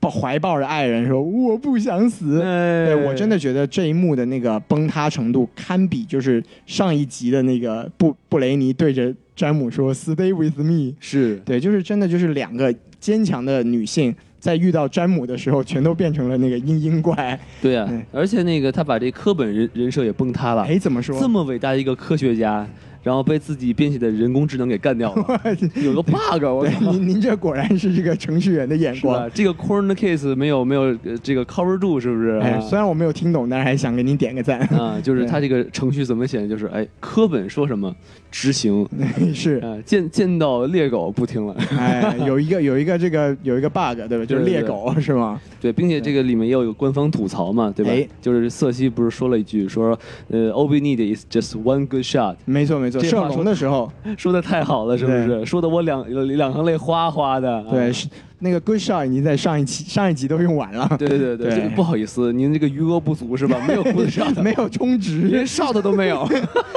A: 抱怀抱着爱人说我不想死。
B: 哎，
A: 对我真的觉得这一幕的那个崩塌程度堪比就是上一集的那个布布雷尼对着詹姆说 “Stay with me”，
B: 哎是，
A: 对，就是真的就是两个坚强的女性在遇到詹姆的时候，全都变成了那个嘤嘤怪。
B: 对呀、
A: 嗯
B: 而且那个他把这科本人人设也崩塌了，
A: 哎，怎么说？
B: 啊这么伟大的一个科学家，然后被自己编写的人工智能给干 掉了，有个 bug，我
A: 对，
B: 靠！
A: 您您这果然是这个程序员的眼
B: 是吧
A: 光？。
B: 这个 corner case 没有没有呃这个 cover 住，是不是？
A: 哎，
B: 啊
A: 虽然我没有听懂，但是还想给您点个 赞。
B: 啊，就是他这个程序怎么写？就是哎，科本说什么执行，
A: 是，
B: 啊，见见到猎狗不听了，
A: 哎，有一个有一个这个有一个 bug，对吧？就是猎狗是吗？
B: 对，并且这个里面也有官方吐槽嘛，对吧？
A: 哎
B: 就是瑟西不是说了一句说，呃，all we need is just one good shot，
A: 没错没错，
B: 这话
A: 射
B: 说
A: 龙的时候，
B: 说的太好了，是不是？说的我两两行泪哗哗的，啊
A: 对，是那个 good shot 已经在上一期上一集都用完了，
B: 对对对对，
A: 对
B: 这个不好意思，您这个余额不足 是吧？没有 good shot，
A: 没有充值，
B: 连 shot 都没有，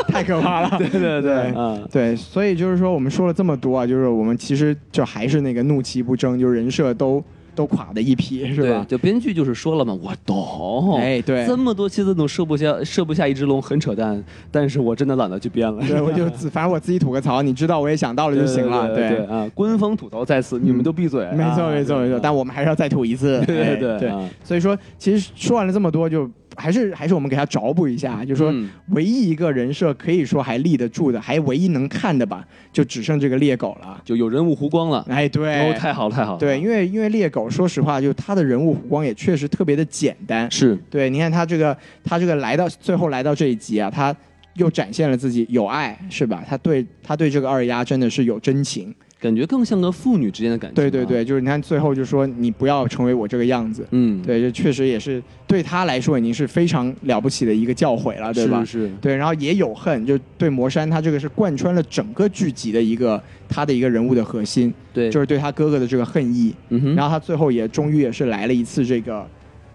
A: 太可怕了。
B: 对对
A: 对
B: 啊，
A: 对，所以就是说，我们说了这么多啊，就是我们其实就还是那个怒其不争，就是人设都都垮的一批，是
B: 对，
A: 吧？
B: 就编剧就是说了嘛，我懂，
A: 哎对
B: 这么多期这种射不下射不下一只龙很扯淡，但是我真的懒得去编了。
A: 对，我就自反正我自己吐个槽，你知道我也想到了就行了。嗯
B: 对对啊，官方吐槽在此，你们都闭嘴。
A: 没错
B: 啊
A: 没错没错，但我们还是要再吐一次。
B: 对
A: 哎
B: 对
A: 对
B: 对啊
A: 所以说，其实说完了这么多，就还是还是我们给他找补一下，啊就说
B: 嗯
A: 唯一一个人设可以说还立得住的，还唯一能看的吧，就只剩这个猎狗了。
B: 就有人物弧光了。
A: 哎，对
B: 哦，，啊太好了太好了。
A: 对，因为因为猎狗，说实话，就他的人物弧光也确实特别的简单。
B: 是
A: 对，你看他这个，他这个来到最后来到这一集啊，他又展现了自己有爱，是吧？他对他对这个二丫真的是有真情。
B: 感觉更像个父女之间的感情。
A: 对
B: 啊
A: 对，对，就是你看最后就说你不要成为我这个样子。
B: 嗯，，
A: 对，这确实也是对他来说已经是非常了不起的一个教诲了，对吧？
B: 是是。
A: 对，然后也有恨，就对魔山，他这个是贯穿了整个剧集的一个他的一个人物的核心，
B: 对，
A: 就是对他哥哥的这个恨意。
B: 嗯哼，
A: 然后他最后也终于也是来了一次这个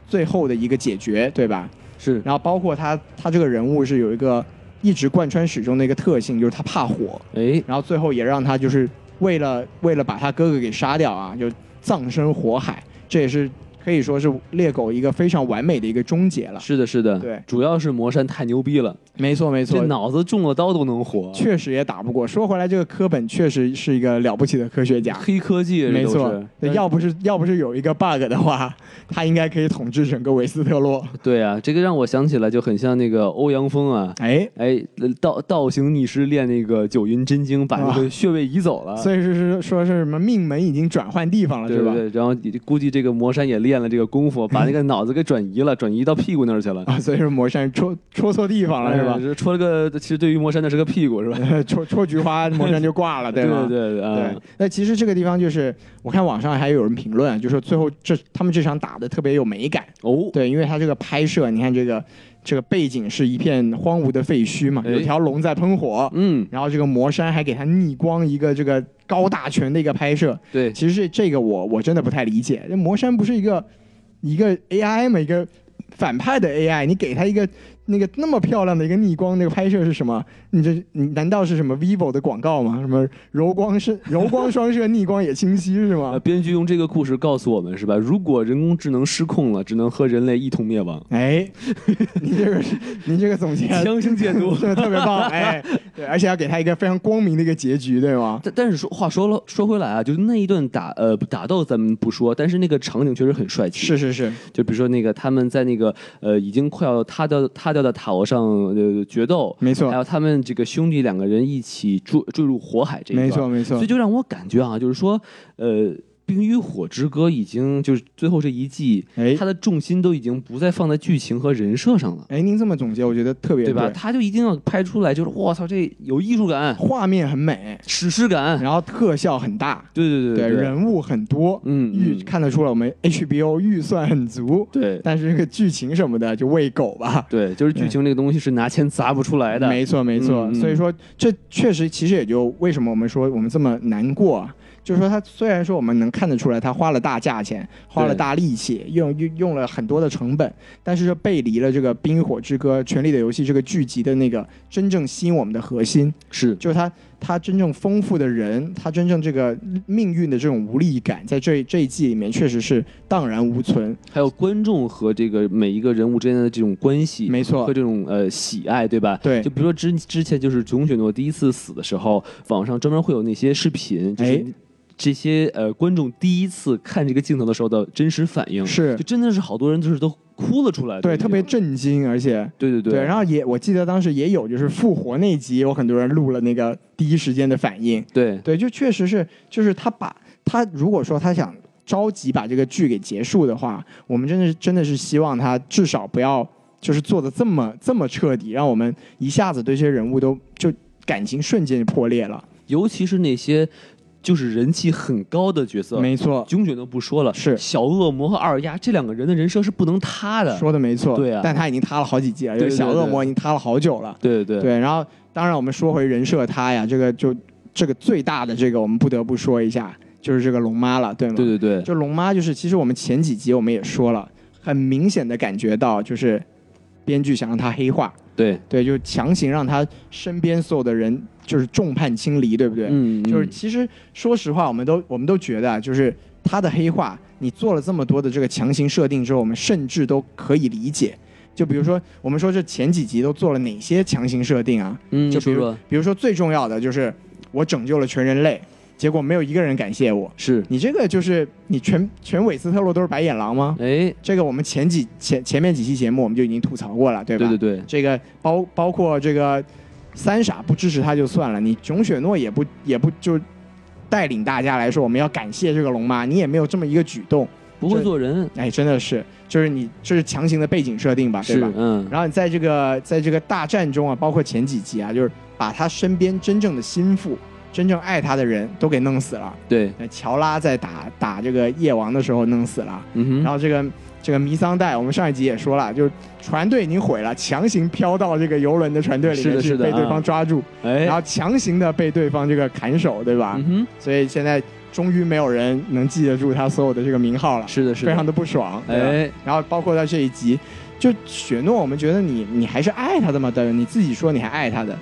A: 最后的一个解决，对吧？
B: 是
A: 然后包括他他这个人物是有一个一直贯穿始终的一个特性，就是他怕火，
B: 哎，
A: 然后最后也让他就是为了为了把他哥哥给杀掉啊，就葬身火海，这也是可以说是猎狗一个非常完美的一个终结了。
B: 是的，是的，
A: 对
B: 主要是魔山太牛逼了，
A: 没错没
B: 这
A: 错，
B: 脑子中了刀都能活，
A: 确实也打不过。说回来，这个科本确实是一个了不起的科学家。
B: 黑科技这
A: 没
B: 都是，
A: 错，对要不是要不是有一个 bug 的话，他应该可以统治整个韦斯特 洛。
B: 对啊，这个让我想起来就很像那个欧阳锋啊。
A: 哎，
B: 哎，道道行逆施练那个九阴真经，把那个穴位移走了，
A: 啊所以是是说是什么命门已经转换地方了，
B: 对
A: 是吧？
B: 对，然后也估计这个魔山也练了这个功夫，把那个脑子给转移了，转移到屁股那儿去 了，
A: 啊，所以说魔山戳戳错地方了，是吧？
B: 哎？戳了个，其实对于魔山那是个屁股，是吧？
A: 戳戳菊花，魔山就挂了，
B: 对
A: 吗？
B: 对对啊
A: 对，那其实这个地方就是，我看网上还有人评论，啊就说最后这他们这场打的特别有美感，
B: 哦，
A: 对，因为他这个拍摄，你看这个这个背景是一片荒芜的废墟嘛，
B: 哎
A: 有条龙在喷火，
B: 嗯，
A: 然后这个魔山还给他逆光一个这个高大全的一个拍摄，
B: 对，
A: 其实这这个我我真的不太理解，这魔山不是一个一个 AI 嘛，一个反派的 AI，你给他一个那个那么漂亮的一个逆光那个拍摄是什么？你这你难道是什么 vivo 的广告吗？什么柔光是 柔光双射，逆光也清晰是
B: 呃，
A: 吗？
B: 编剧用这个故事告诉我们是吧？如果人工智能失控了，只能和人类一同 灭亡。
A: 哎，你这个是你这个总 结
B: 强行解读。
A: 真的特别棒，哎，对，而且要给他一个非常光明的一个结局，对吗？
B: 但但是说话说了说回来啊，就是那一段打呃打斗咱们不说，但是那个场景确实很帅气。
A: 是是是，
B: 就比如说那个他们在那个呃已经快要塌掉塌掉的塔楼上呃决斗，
A: 没错
B: 还有他们这个兄弟两个人一起坠坠入火海这一段，
A: 没错没错
B: 所以，就让我感觉啊，就是说呃。《冰与火之歌》已经就是最后这一季，
A: 哎
B: 它的重心都已经不再放在剧情和人设上了，
A: 哎，您这么总结，我觉得特别
B: 对吧？他就一定要拍出来，就是我操，这有艺术感、
A: 画面很美，
B: 史诗感，
A: 然后特效很大，
B: 对对
A: 对
B: 对，
A: 人物很多，
B: 嗯
A: 预
B: 嗯
A: 看得出来我 们 HBO 预算很足，
B: 对
A: 但是这个剧情什么的就喂狗吧。
B: 对，就是剧情这个东西是拿钱砸不出来的，
A: 没错，没错。
B: 嗯嗯
A: 所以说，这确实其实也就为什么我们说我们这么难过、啊，就是说他虽然说我们能看得出来他花了大价钱，花了
B: 对
A: 大力气，用用用了很多的成本，但是这背离了这个《冰与火之歌：权力的游戏》这个剧集的那个真正吸引我们的核心，
B: 是
A: 就是他他真正丰富的人，他真正这个命运的这种无力感，在这这一季里面确实是荡然无存。
B: 还有观众和这个每一个人物之间的这种关系。
A: 没
B: 和
A: 错，
B: 这种呃喜爱，对吧？
A: 对
B: 就比如说之之前就是囧雪诺第一次死的时候，网上专门会有那些视频，就是
A: 哎
B: 这些呃观众第一次看这个镜头的时候的真实反应，
A: 是
B: 就真的是好多人就是都哭了出来，
A: 对，
B: 已经
A: 特别震惊，而且
B: 对对对
A: 对，然后也我记得当时也有就是复活那集，有很多人录了那个第一时间的反应，
B: 对
A: 对，就确实是，就是他把他如果说他想着急把这个剧给结束的话，我们真的是真的是希望他至少不要就是做的这么这么彻底，让我们一下子对这些人物都就感情瞬间就破裂了。
B: 尤其是那些就是人气很高的角色，
A: 没错，
B: 炯炯都不说了，
A: 是
B: 小恶魔和二丫这两个人的人设是不能塌的，
A: 说的没错，
B: 对啊
A: 但他已经塌了好几季了，
B: 对
A: 就
B: 对
A: 是小
B: 对
A: 恶
B: 对
A: 魔已经塌了好久了。
B: 对对对，
A: 对，然后当然我们说回人设他呀，这个就这个最大的这个我们不得不说一下，就是这个龙妈了，对吗？
B: 对对对
A: 就龙妈就是，其实我们前几集我们也说了，很明显的感觉到就是编剧想让她黑化，
B: 对，
A: 对，就强行让她身边所有的人就是众叛亲离，对不对？
B: 嗯，
A: 就是
B: 嗯
A: 其实说实话，我们都我们都觉得啊，就是他的黑化，你做了这么多的这个强行设定之后，我们甚至都可以理解。就比如说，我们说这前几集都做了哪些强行设定啊？
B: 嗯，
A: 就比
B: 你说
A: 如
B: 说
A: 比如说最重要的就是我拯救了全人类，结果没有一个人感谢我。
B: 是，
A: 你这个就是你全全韦斯特洛都是白眼狼吗？
B: 哎，
A: 这个我们前几前前面几期节目我们就已经吐槽过了，对吧？
B: 对对对，
A: 这个包包括这个三傻不支持他就算了，你囧雪诺也不也不就带领大家来说我们要感谢这个龙妈，你也没有这么一个举动，
B: 不会
A: 这
B: 做人
A: 哎，真的是就是你这是强行的背景设定吧，对
B: 是
A: 吧？
B: 嗯，
A: 然后你在这个在这个大战中啊，包括前几集啊，就是把他身边真正的心腹、真正爱他的人都给弄死了。
B: 对，
A: 呃，乔拉在打打这个夜王的时候弄死了，
B: 嗯
A: 然
B: 哼，
A: 后这个这个弥桑带，我们上一集也说了，就是船队已经毁了，强行飘到这个游轮的船队里
B: 是
A: 面
B: 的
A: 去
B: 是的
A: 被对
B: 啊
A: 方抓住，
B: 哎
A: 然，后强行的被对方这个砍手，对吧？
B: 嗯
A: 所以现在终于没有人能记得住他所有的这个名号了
B: 哼，，是的，
A: 啊
B: 是
A: 非常的
B: 的，
A: 不爽，对吧？
B: 哎，
A: 然后包括在这一集，就雪诺，我们觉得你你还是爱他的嘛，对吧？你自己说你还爱他的，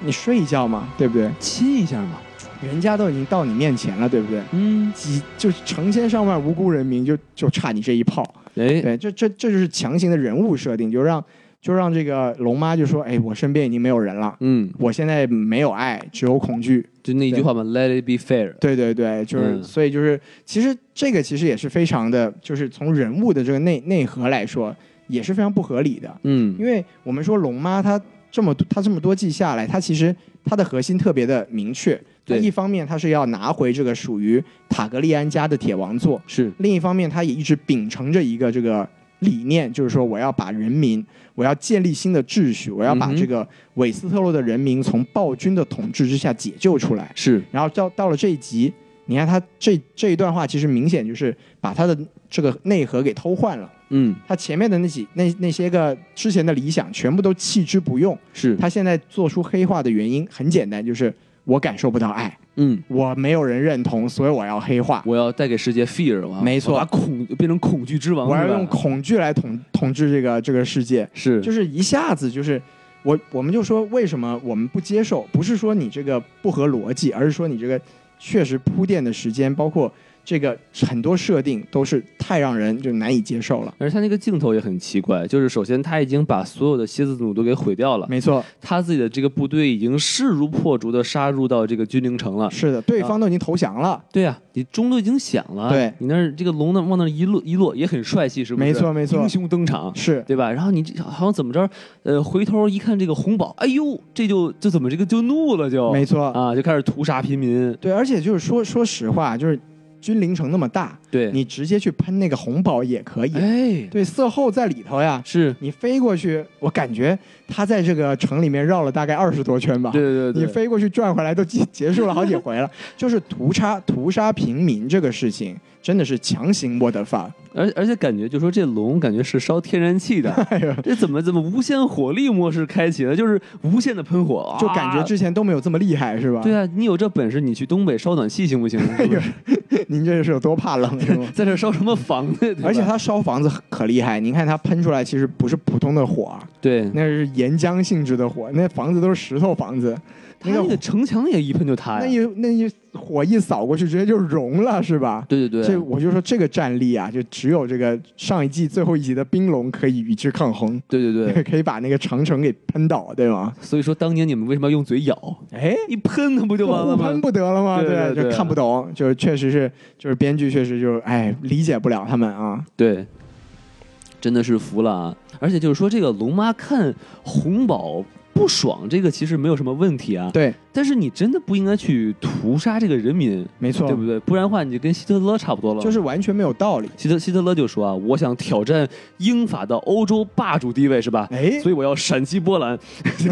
A: 你睡一觉嘛，对不对？
B: 亲一下嘛，
A: 人家都已经到你面前了，对不对？
B: 嗯，
A: 几就是成千上万无辜人民就就差你这一炮，
B: 哎，
A: 对，这这这就是强行的人物设定，就让就让这个龙妈就说，哎，我身边已经没有人了，
B: 嗯，
A: 我现在没有爱，只有恐惧。
B: 就那一句话嘛，Let it be fair，
A: 对对对，就是、
B: 嗯
A: 所以就是其实这个其实也是非常的，就是从人物的这个内内核来说，也是非常不合理的，
B: 嗯
A: 因，为我们说龙妈她这么多她这么多季下来，她其实她的核心特别的明确。她
B: 对
A: 一方面她是要拿回这个属于塔格利安家的铁王座，
B: 是，
A: 另一方面，他也一直秉承着一个这个理念，就是说我要把人民，我要建立新的秩序，我要把
B: 嗯哼
A: 这个韦斯特洛的人民从暴君的统治之下解救出来。
B: 是，
A: 然后到到了这一集，你看他这这一段话，其实明显就是把他的这个内核给偷换了。
B: 嗯，
A: 他前面的那几那那些个之前的理想，全部都弃之不用。
B: 是，
A: 他现在做出黑化的原因很简单，就是我感受不到爱，
B: 嗯，
A: 我没有人认同，所以我要黑化。
B: 我要带给世界 fear，我要
A: 没错
B: 我把恐变成恐惧之王，
A: 我要
B: 是吧
A: 用恐惧来统统治这个这个世界，
B: 是，
A: 就是一下子就是我我们就说为什么我们不接受？不是说你这个不合逻辑，而是说你这个确实铺垫的时间，包括这个很多设定都是太让人就难以接受了。
B: 而且他那个镜头也很奇怪，就是首先他已经把所有的蝎子弩都给毁掉了，
A: 没错，
B: 他自己的这个部队已经势如破竹的杀入到这个军陵城了。
A: 是的，对方都已经投降了，
B: 对啊，你钟都已经响了，
A: 对
B: 你那儿这个龙呢往那儿一落一落也很帅气，是不是？
A: 没错没错
B: 英雄登场，
A: 是
B: 对吧？然后你这好像怎么着，呃，回头一看这个红宝，哎呦，这就就怎么这个就怒了就，
A: 没错，
B: 啊，就开始屠杀平民，
A: 对，而且就是说说实话，就是君临城那么大，
B: 对，
A: 你直接去喷那个红宝也可以，
B: 哎，
A: 对，色后在里头呀，
B: 是，
A: 你飞过去，我感觉他在这个城里面绕了大概二十多圈吧。
B: 对对对，
A: 你飞过去转回来都结结束了好几回了，就是屠杀屠杀平民这个事情真的是强行我的发，
B: 而而且感觉就说这龙感觉是烧天然气的，
A: 哎
B: 这怎么怎么无限火力模式开启了？就是无限的喷火，啊
A: 就感觉之前都没有这么厉害是吧？
B: 对啊，你有这本事，你去东北烧暖气行不 行？是不是？
A: 您这是有多怕冷是吗
B: 在这烧什么房子？对吧
A: 而且它烧房子可厉害，您看它喷出来其实不是普通的火啊，
B: 对
A: 那是岩浆性质的火，那房子都是石头房子，
B: 他那个城墙也一喷就塌
A: 那
B: 哎呀。
A: 一那一火一扫过去，直接就融了，是吧？
B: 对对
A: 这
B: 对，
A: 我就说这个战力啊，就只有这个上一季最后一集的冰龙可以与之抗衡，
B: 对对 对。
A: 可以把那个长城给喷倒，对吗？
B: 所以说当年你们为什么要用嘴咬？
A: 哎，
B: 一喷它不就完了
A: 互喷
B: 吗？
A: 不得了吗？
B: 对对
A: 就
B: 对
A: 看不懂，就是确实是，就是编剧确实就是哎理解不了他们啊。
B: 对，真的是服了啊！而且就是说这个龙妈看红宝。不爽，这个其实没有什么问题啊，
A: 对，
B: 但是你真的不应该去屠杀这个人民，
A: 没错，
B: 对不对？不然的话，你就跟希特勒差不多了。
A: 就是完全没有道理。
B: 希特希特勒就说啊，我想挑战英法的欧洲霸主地位，是吧？
A: 哎，
B: 所以我要闪击波兰，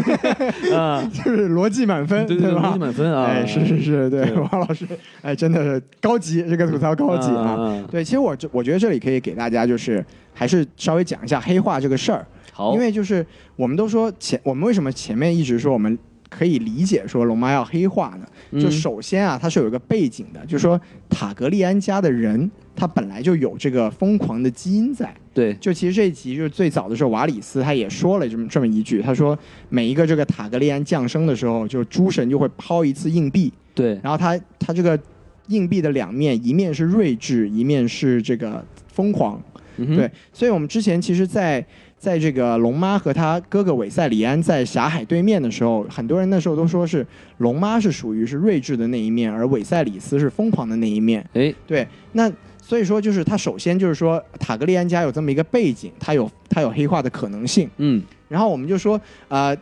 B: 啊，
A: 就是逻辑满分，
B: 对对，逻
A: 吧
B: 辑？满分啊，
A: 哎，是是是，对，
B: 对
A: 王老师，哎，真的是高级，这个吐槽高级啊。
B: 嗯，嗯
A: 对，其实我这我觉得这里可以给大家就是还是稍微讲一下黑化这个事儿，
B: 好，
A: 因为就是我们都说前我们为什么前面一直说我们可以理解说龙妈要黑化呢？就
B: 嗯
A: 首先啊，它是有一个背景的，就是说塔格利安家的人他本来就有这个疯狂的基因在。
B: 对，
A: 就其实这一集就是最早的时候，瓦里斯他也说了这么这么一句，他说每一个这个塔格利安降生的时候，就诸神就会抛一次硬币，
B: 对，
A: 然后它它这个硬币的两面，一面是睿智，一面是这个疯狂。
B: 嗯哼
A: 对，所以我们之前其实在，在这个龙妈和她哥哥韦赛里安在峡海对面的时候，很多人那时候都说是龙妈是属于是睿智的那一面，而韦赛里斯是疯狂的那一面。
B: 哎，
A: 对，那所以说就是他首先就是说塔格利安家有这么一个背景，他有他有黑化的可能性。
B: 嗯，
A: 然后我们就说，呃，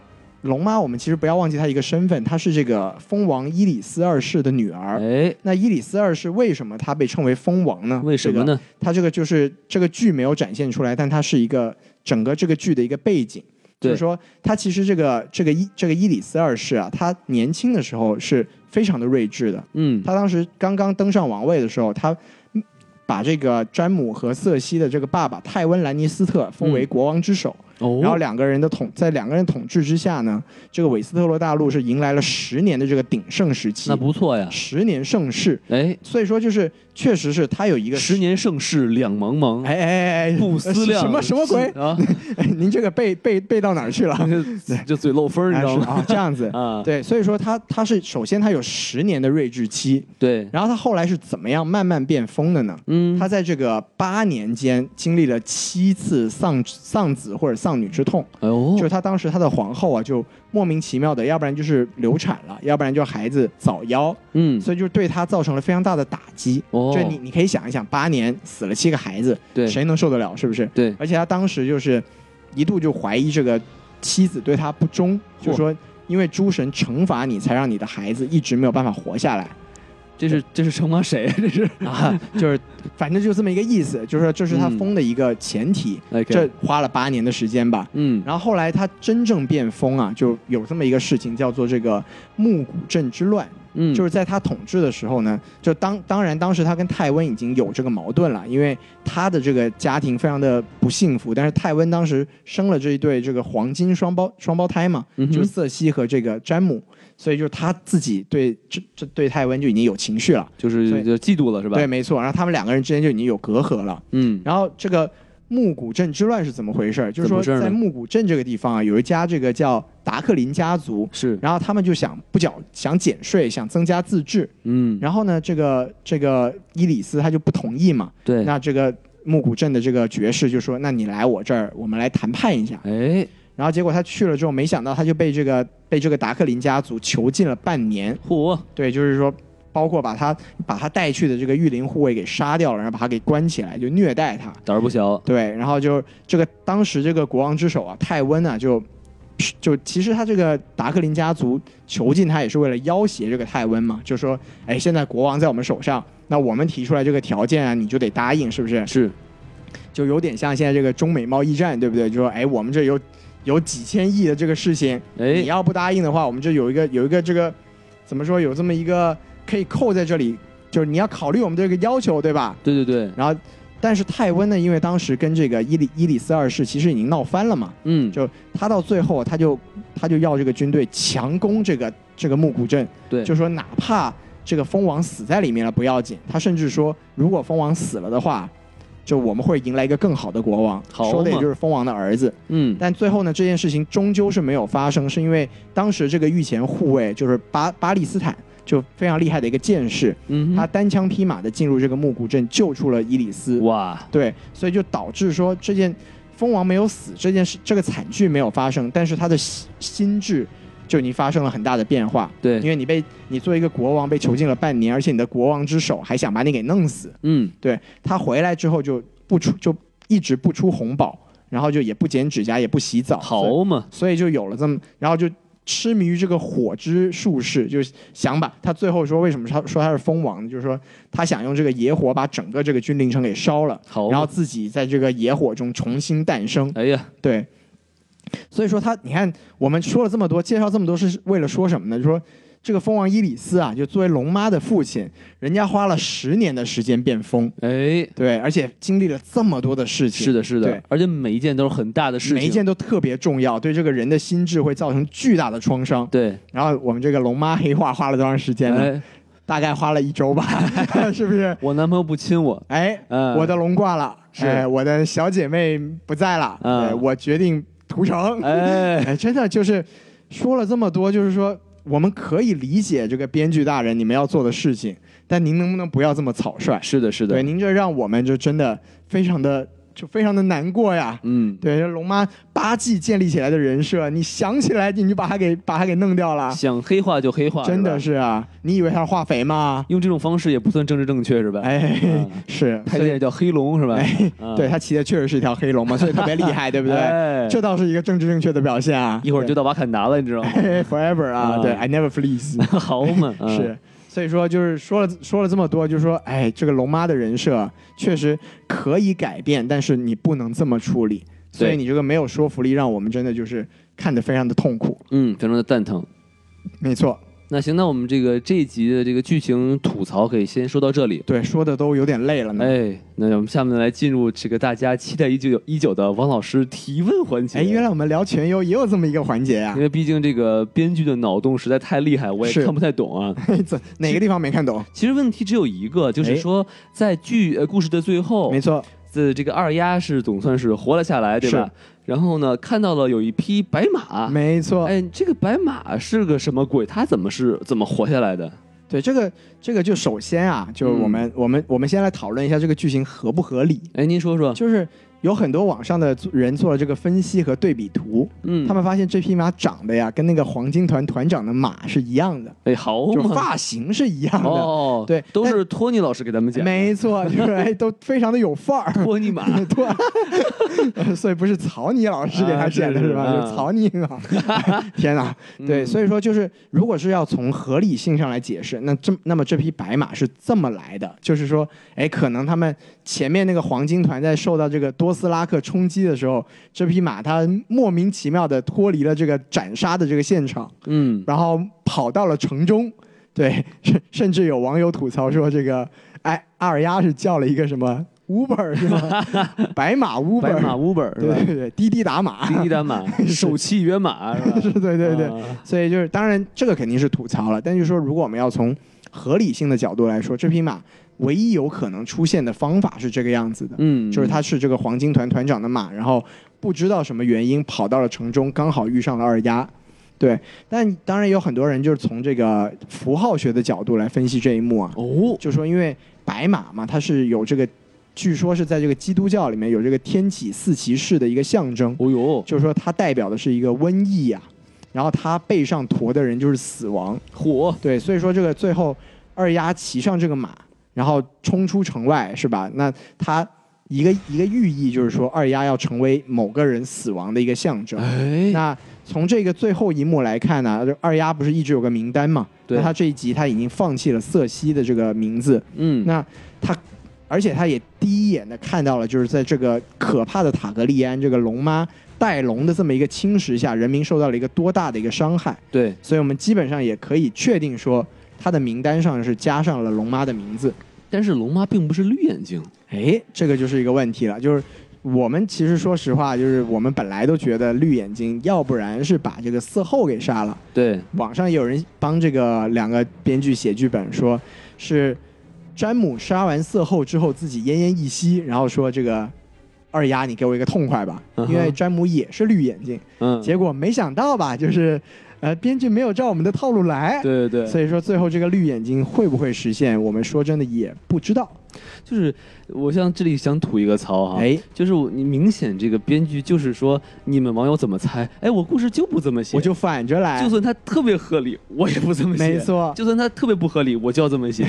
A: 龙妈，我们其实不要忘记她一个身份，她是这个蜂王伊里斯二世的女儿。
B: 哎，
A: 那伊里斯二世为什么她被称为蜂王呢？
B: 为什么
A: 这个
B: 呢？
A: 她这个就是这个剧没有展现出来，但它是一个整个这个剧的一个背景。就
B: 对
A: 是说，她其实这个这个伊这个伊里斯二世啊，她年轻的时候是非常的睿智的。
B: 嗯，
A: 她当时刚刚登上王位的时候，她嗯把这个詹姆和瑟西的这个爸爸泰温兰尼斯特封为
B: 嗯
A: 国王之首。
B: 哦，
A: 然后两个人的统在两个人统治之下呢，这个韦斯特洛大陆是迎来了十年的这个鼎盛时期
B: 那，不错呀，
A: 十年盛世。
B: 哎，
A: 所以说，就是确实是他有一个
B: 十，年盛世两茫茫，
A: 哎哎哎哎，
B: 嗯不思量
A: 什么什么鬼？
B: 啊？
A: 哎您这个背背背到哪儿去了？
B: 就嘴漏风儿，你
A: 哎
B: 知道
A: 是
B: 吗？
A: 啊，这样子。
B: 啊，
A: 对，所以说他他是首先他有十年的睿智期，
B: 对，
A: 然后他后来是怎么样慢慢变疯的呢？
B: 嗯，
A: 他在这个八年间经历了七次丧丧子或者丧女之痛，
B: 哎呦
A: 就是，他当时他的皇后啊，就莫名其妙的，要不然就是流产了，要不然就孩子早夭，
B: 嗯，
A: 所以就对他造成了非常大的打击。
B: 哦，
A: 就你你可以想一想，八年死了七个孩子，
B: 对
A: 谁能受得了？是不是？
B: 对，
A: 而且他当时就是一度就怀疑这个妻子对他不忠，
B: 嚯
A: 就说因为诸神惩罚你，才让你的孩子一直没有办法活下 来。
B: 这是这是惩罚谁？这是啊，
A: 就是反正就这么一个意思，就是说这是他
B: 嗯
A: 疯的一个前提。
B: OK
A: 这花了八年的时间吧。
B: 嗯，
A: 然后后来他真正变疯啊，就有这么一个事情，叫做这个木古镇之乱。
B: 嗯，
A: 就是是在他统治的时候呢，就当当然当时他跟泰温已经有这个矛盾了，因为他的这个家庭非常的不幸福，但是泰温当时生了这一对这个黄金双胞双胞胎嘛，
B: 嗯哼
A: 就是瑟西和这个詹姆，所以就是他自己对这这对泰温就已经有情绪了，所
B: 就是
A: 以
B: 就嫉妒了是吧？
A: 对，，没错，然后他们两个人之间就已经有隔阂了。
B: 嗯，
A: 然后这个木古镇之乱是怎么回事儿？就是
B: 怎
A: 说
B: 么回事儿呢
A: 在木古镇这个地方啊，有一家这个叫达克林家族，
B: 是，
A: 然后他们就想不缴想减税，想增加自治。
B: 嗯，
A: 然后呢，这个这个伊里斯他就不同意嘛。
B: 对，
A: 那这个木古镇的这个爵士就说：“那你来我这儿，我们来谈判一下。
B: 哎，”
A: 然后结果他去了之后，没想到他就被这个被这个达克林家族囚禁了半年。
B: 嚯，
A: 对，就是说，包括把他把他带去的这个御林护卫给杀掉了，然后把他给关起来，就虐待他。
B: 胆儿不小，
A: 对，然后就这个当时这个国王之首啊，泰温啊，就就其实他这个达克林家族囚禁他也是为了要挟这个泰温嘛，就说，哎，现在国王在我们手上，那我们提出来这个条件啊，你就得答应，是不是？
B: 是，
A: 就有点像现在这个中美贸易战，对不对？就说，哎，我们这有有几千亿的这个事情，你
B: 哎，
A: 要不答应的话，我们这有一个有一个这个怎么说，有这么一个可以扣在这里，就是你要考虑我们这个要求，对吧？
B: 对对对，
A: 然后，但是泰温呢，因为当时跟这个伊里伊里斯二世其实已经闹翻了嘛，
B: 嗯，
A: 就他到最后他就他就要这个军队强攻这个这个木古镇，
B: 对，
A: 就说哪怕这个蜂王死在里面了不要紧，他甚至说如果蜂王死了的话，就我们会迎来一个更好的国王，
B: 好
A: 说的也
B: 嘛
A: 就是蜂王的儿子。
B: 嗯，
A: 但最后呢，这件事情终究是没有发生，是因为当时这个御前护卫就是巴巴利斯坦，就非常厉害的一个剑士，
B: 嗯
A: 他
B: 哼，
A: 单枪匹马的进入这个木古镇，救出了伊里斯。
B: 哇，
A: 对，所以就导致说这件蜂王没有死这件事，这个惨剧没有发生，但是他的心心智就已经发生了很大的变化。因
B: 对，
A: 为你被你作为一个国王被囚禁了半年，而且你的国王之手还想把你给弄死，
B: 嗯，
A: 对他回来之后就不出就一直不出红宝，然后就也不剪指甲，也不洗澡，所以
B: 好嘛，
A: 所以就有了这么，然后就痴迷于这个火之术士，就是想把他最后说为什么他说他是蜂王呢，就是说他想用这个野火把整个这个君临城给烧了，
B: 好嘛，
A: 然后自己在这个野火中重新诞生，
B: 哎呀，
A: 对。所以说他，你看我们说了这么多，介绍这么多是为了说什么呢？就说这个蜂王伊里斯啊，就作为龙妈的父亲，人家花了十年的时间变疯，
B: 哎，
A: 对，而且经历了这么多的事情，
B: 是的，是的
A: 对，
B: 而且每一件都是很大的事情，
A: 每一件都特别重要，对这个人的心智会造成巨大的创伤。
B: 对，
A: 然后我们这个龙妈黑化花了多长时间呢？
B: 哎，
A: 大概花了一周吧， 是不是？
B: 我男朋友不亲我，
A: 哎，
B: 嗯
A: 我的龙挂了，
B: 是
A: 哎我的小姐妹不在了，
B: 嗯
A: 哎我决定屠城。
B: 哎，
A: 哎，真的就是说了这么多，就是说我们可以理解这个编剧大人你们要做的事情，但您能不能不要这么草率？
B: 是的，是
A: 对，
B: 的，
A: 您这让我们就真的非常的就非常的难过呀。
B: 嗯，
A: 对，这龙妈八季建立起来的人设，你想起来你就把它给把它给弄掉了，
B: 想黑化就黑化，
A: 啊真的
B: 吧
A: 是啊！你以为他是化肥吗？
B: 用这种方式也不算政治正确是吧？
A: 哎，
B: 嗯
A: 是，
B: 拍
A: 所
B: 电
A: 以哎
B: 影叫《黑龙》是吧？嗯
A: 对，他骑的确实是一条黑 龙嘛，所以特别厉害，对不对？
B: 哎
A: 这哎倒是一个政治正确的表现啊！
B: 一会儿就到瓦坎达了，你知道吗？
A: 对 forever 啊，
B: 啊
A: 对，I never flees。
B: 好 嘛，嗯
A: 是，所以说就是说了说了这么多，就是说，哎，这个龙妈的人设确实可以改变，但是你不能这么处理，所以
B: 对
A: 你这个没有说服力，让我们真的就是看得非常的痛苦。
B: 嗯，非常的蛋疼。
A: 没错，
B: 那行，那我们这个这一集的这个剧情吐槽可以先说到这里。
A: 对，说的都有点累了呢。
B: 哎，那我们下面来进入这个大家期待已久已久的王老师提问环节。
A: 哎，原来我们聊全优也有这么一个环节啊 呀、
B: 因为毕竟这个编剧的脑洞实在太厉害，我也
A: 是
B: 看不太懂啊。
A: 嘿这 哪个地方没看懂？
B: 其实问题只有一个，就是
A: 哎
B: 说在剧呃故事的最后
A: 没，错，
B: 这这个二丫是总算是活了下来，对吧？然后呢，看到了有一匹白马。
A: 没错，
B: 哎，这个白马是个什么鬼？它怎么是怎么活下来的？
A: 对这个这个就首先啊，就是
B: 嗯
A: 我们、我们我们先来讨论一下这个剧情合不合理，
B: 哎，您说说。
A: 就是有很多网上的人做了这个分析和对比图，
B: 嗯，
A: 他们发现这匹马长得呀，跟那个黄金团团长的马是一样的，
B: 哎好
A: 就
B: 嘛，
A: 发型是一样的。
B: 哦，
A: 对
B: 都
A: 但
B: 是托尼老师给咱们讲的。
A: 没错，就是哎，都非常的有范儿。
B: 托尼马，
A: 对， 所以不是曹妮老师给他
B: 啊
A: 剪的
B: 是
A: 是吧？
B: 是
A: 就是曹妮啊， 天哪！对，
B: 嗯
A: 所以说就是，如果是要从合理性上来解释，那这那么这匹白马是这么来的，就是说，哎，可能他们前面那个黄金团在受到这个多斯拉克冲击的时候，这匹马它莫名其妙的脱离了这个斩杀的这个现场，
B: 嗯，
A: 然后跑到了城中。对，甚甚至有网友吐槽说，这个哎，阿尔亚是叫了一个什么 Uber 是吗？ 白马 Uber，
B: 白马 Uber 是
A: 对
B: 吧？
A: 对对，滴滴打 马，
B: 滴滴 打马，首汽约马是吧？
A: 是，对对对。
B: 啊，
A: 所以就是，当然这个肯定是吐槽了，但就是说，如果我们要从合理性的角度来说，这匹马唯一有可能出现的方法是这个样子的，
B: 嗯，
A: 就是它是这个黄金团团长的马，然后不知道什么原因跑到了城中，刚好遇上了二丫。对，但当然有很多人就是从这个符号学的角度来分析这一幕啊，
B: 哦，
A: 就说因为白马嘛，它是有这个，据说是在这个基督教里面有这个天启四骑士的一个象征，
B: 哦呦，
A: 就是说它代表的是一个瘟疫呀、然后它背上驮的人就是死亡，
B: 火，
A: 对，所以说这个最后二丫骑上这个马，然后冲出城外，是吧？那它一个一个寓意就是说二丫要成为某个人死亡的一个象征。
B: 哎，
A: 那从这个最后一幕来看呢、就二丫不是一直有个名单嘛？
B: 对
A: 那她这一集她已经放弃了瑟西的这个名字，
B: 嗯，
A: 那她，而且她也第一眼的看到了，就是在这个可怕的塔格利安这个龙妈带龙的这么一个侵蚀下，人民受到了一个多大的一个伤害。
B: 对，
A: 所以我们基本上也可以确定说，他的名单上是加上了龙妈的名字。
B: 但是龙妈并不是绿眼睛，
A: 哎，这个就是一个问题了，就是我们其实说实话，就是我们本来都觉得绿眼睛，要不然是把这个四后给杀了。
B: 对，
A: 网上也有人帮这个两个编剧写剧本说，是詹姆杀完色后之后自己奄奄一息，然后说这个二丫你给我一个痛快吧，
B: 嗯哼
A: 因为詹姆也是绿眼睛。
B: 嗯，
A: 结果没想到吧，就是呃编剧没有照我们的套路来，
B: 对对对，
A: 所以说最后这个绿眼睛会不会实现，我们说真的也不知道。
B: 就是我向这里想吐一个槽哈，
A: 哎，
B: 就是我你明显这个编剧就是说你们网友怎么猜，哎，我故事就不这么写，
A: 我就反着来，
B: 就算它特别合理，我也不这么写，
A: 没，错，
B: 就算它特别不合理，我就要这 么写，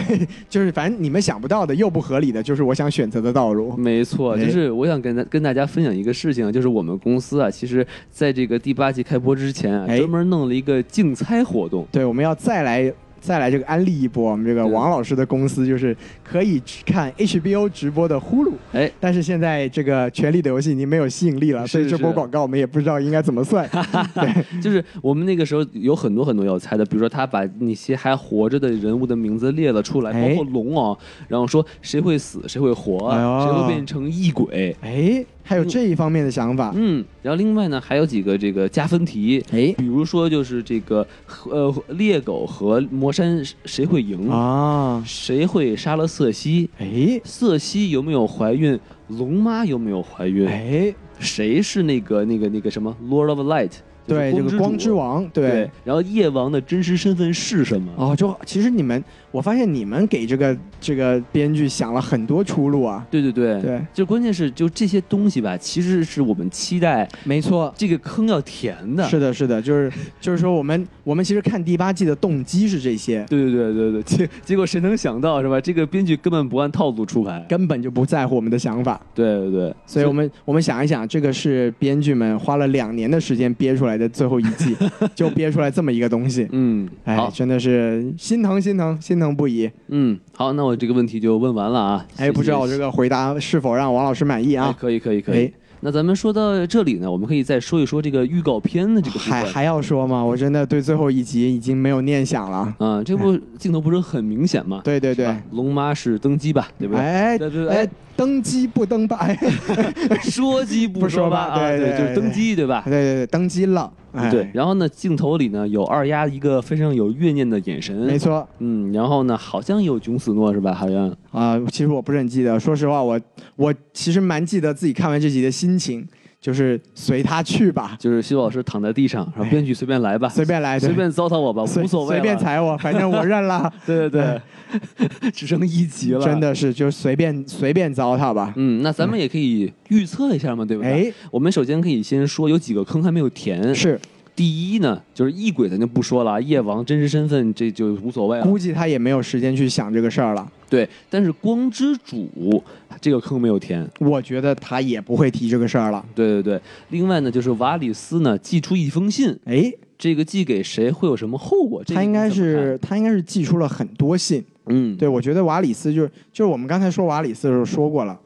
A: 就是反正你们想不到的又不合理的，就是我想选择的道路。
B: 没错，
A: 哎
B: 就是我想跟大跟大家分享一个事情，就是我们公司啊，其实在这个第八季开播之前啊，
A: 哎
B: 专门弄了一个竞猜活动。
A: 对，我们要再来再来这个安利一波，我们这个
B: 对
A: 王老师的公司就是可以看 HBO 直播的呼噜。
B: 哎，
A: 但是现在这个《权力的游戏》已经没有吸引力了，
B: 是
A: 所以
B: 是
A: 这波
B: 是
A: 广告我们也不知道应该怎么 算。
B: 就是我们那个时候有很多很多要猜的，比如说他把那些还活着的人物的名字列了出来，
A: 哎
B: 包括龙啊、然后说谁会死，谁会活，
A: 哎呦
B: 谁会变成异鬼。
A: 哎，还有这一方面的想法。
B: 嗯，然后另外呢，还有几个这个加分题，
A: 哎，
B: 比如说就是这个呃猎狗和魔山谁会赢，
A: 啊，
B: 谁会杀了瑟西，
A: 哎，
B: 瑟西有没有怀孕？龙妈有没有怀孕？
A: 哎，
B: 谁是那个那个那个什么 Lord of Light？就是
A: 对，这个光
B: 主
A: 之王，
B: 对
A: 对。
B: 然后夜王的真实身份是什么？
A: 哦，就其实你们，我发现你们给这个这个编剧想了很多出路啊。
B: 对对对，
A: 对，
B: 就关键是就这些东西吧，其实是我们期待
A: 没错，
B: 这个坑要填的。
A: 是的，是的，就是就是说，我们我们其实看第八季的动机是这些，
B: 对对对对 对，结结果谁能想到是吧？这个编剧根本不按套路出牌。
A: 根本就不在乎我们的想法。
B: 对对对，
A: 所以我们我们想一想，这个是编剧们花了两年的时间憋出来的最后一 季，就憋出来这么一个东西，
B: 嗯，
A: 哎，
B: 好，
A: 真的是心疼心疼心疼不已。
B: 嗯，好，那我这个问题就问完了啊。
A: 哎，不知道我
B: 这
A: 这
B: 个
A: 个回答是否让王老师满意啊？
B: 可以可以可以
A: 哎。
B: 那咱们说到这里呢，我们可以再说一说这个预告片的这个部
A: 还
B: 分。
A: 还要说吗？我真的对最后一集已经没有念想了。
B: 啊，这部镜头不是很明显吗？
A: 对对
B: 是
A: 对，
B: 吧龙妈是登基吧，对不对？
A: 哎
B: 对对对
A: 哎，登基不登吧？ 哎，对
B: 说鸡不说吧，
A: 不说吧
B: 啊，
A: 对
B: 对，
A: 对
B: 就是登基，对吧？
A: 哎对对，登基了。哎，
B: 对，，然后呢，镜头里呢有二丫一个非常有怨念的眼神，
A: 没，错
B: 嗯，然后呢好像有囧死诺是吧？好像，
A: 啊、其实我不是很记得，说实话，我我其实蛮记得自己看完这集的心情，就是随他去吧，
B: 就是徐老师躺在地上，然后
A: 哎
B: 编剧随便来吧，
A: 随便来，
B: 随
A: 对
B: 便糟蹋我吧，
A: 随
B: 无所谓，
A: 随便，踩我，反正我认了。 嗯
B: 对对对， 只剩一集了，
A: 真。的是就随便随便糟蹋吧。
B: 嗯，那咱们也可以预测一下嘛，对不对？
A: 哎，
B: 我们首先可以先说有几个坑还没有填。
A: 是，
B: 第一呢，就是异鬼咱就不说了啊，夜王真实身份这就无所谓了。
A: 估计他也没有时间去想这个事儿了。
B: 对，但是光之主这个坑没有填。
A: 我觉得他也不会提这个事儿了。
B: 对对对，另外呢，就是瓦里斯呢寄出一封信，
A: 哎，
B: 这个寄给谁会有什么后果？这个
A: 他应该
B: 你怎么看
A: 是他应该是寄出了很多信。
B: 嗯，
A: 对，我觉得瓦里斯就是就是我们刚才说瓦里斯的时候说过了，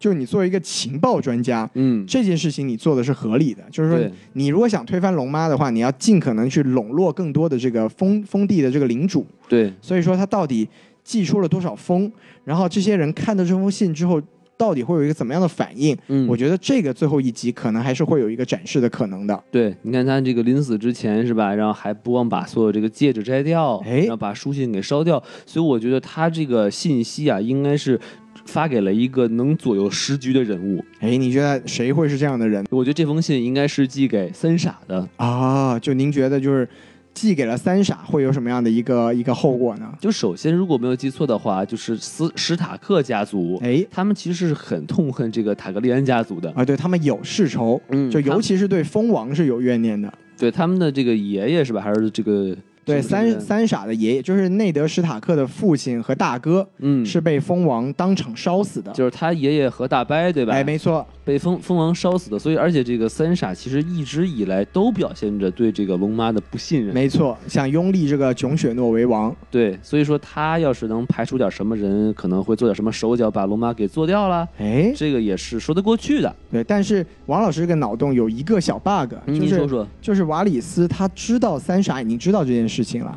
A: 就是你作为一个情报专家，
B: 嗯，
A: 这件事情你做的是合理的，就是说
B: 对
A: 你如果想推翻龙妈的话，你要尽可能去笼络更多的这个封封地的这个领主。
B: 对
A: 所以说他到底寄出了多少封，然后这些人看到这封信之后，到底会有一个怎么样的反应？
B: 嗯，
A: 我觉得这个最后一集可能还是会有一个展示的可能的。
B: 对，你看他这个临死之前是吧，然后还不忘把所有这个戒指摘掉，
A: 哎
B: 然后把书信给烧掉，所以我觉得他这个信息啊，应该是发给了一个能左右时局的人物。
A: 哎，你觉得谁会是这样的人
B: 我觉得这封信应该是寄给三傻的，
A: 啊？就您觉得就是寄给了三傻会有什么样的一个一个后果呢？
B: 就首先，如果没有记错的话，就是斯史塔克家族，
A: 哎，
B: 他们其实是很痛恨这个塔格利安家族的。
A: 啊，对他们有世仇，
B: 嗯
A: 就
B: 他
A: 尤其是对蜂王是有怨念的。
B: 对他们的这个爷爷是吧？还是这个
A: 对
B: 是不是
A: 三三傻的爷爷就是内德史塔克的父亲和大哥，
B: 嗯
A: 是被蜂王当场烧死的。
B: 就是他爷爷和大伯对吧？
A: 哎，没错，
B: 被蜂蜂王烧死的，所以而且这个三傻其实一直以来都表现着对这个龙妈的不信任。
A: 没错，想拥立这个囧雪诺为王，
B: 对，所以说他要是能排除点什么人，可能会做点什么手脚把龙妈给做掉了，
A: 哎，
B: 这个也是说得过去的。
A: 对，但是王老师这个脑洞有一个小嗯 bug，就
B: 您
A: 是
B: 嗯说说，
A: 就是瓦里斯他知道三傻已经知道这件事情了，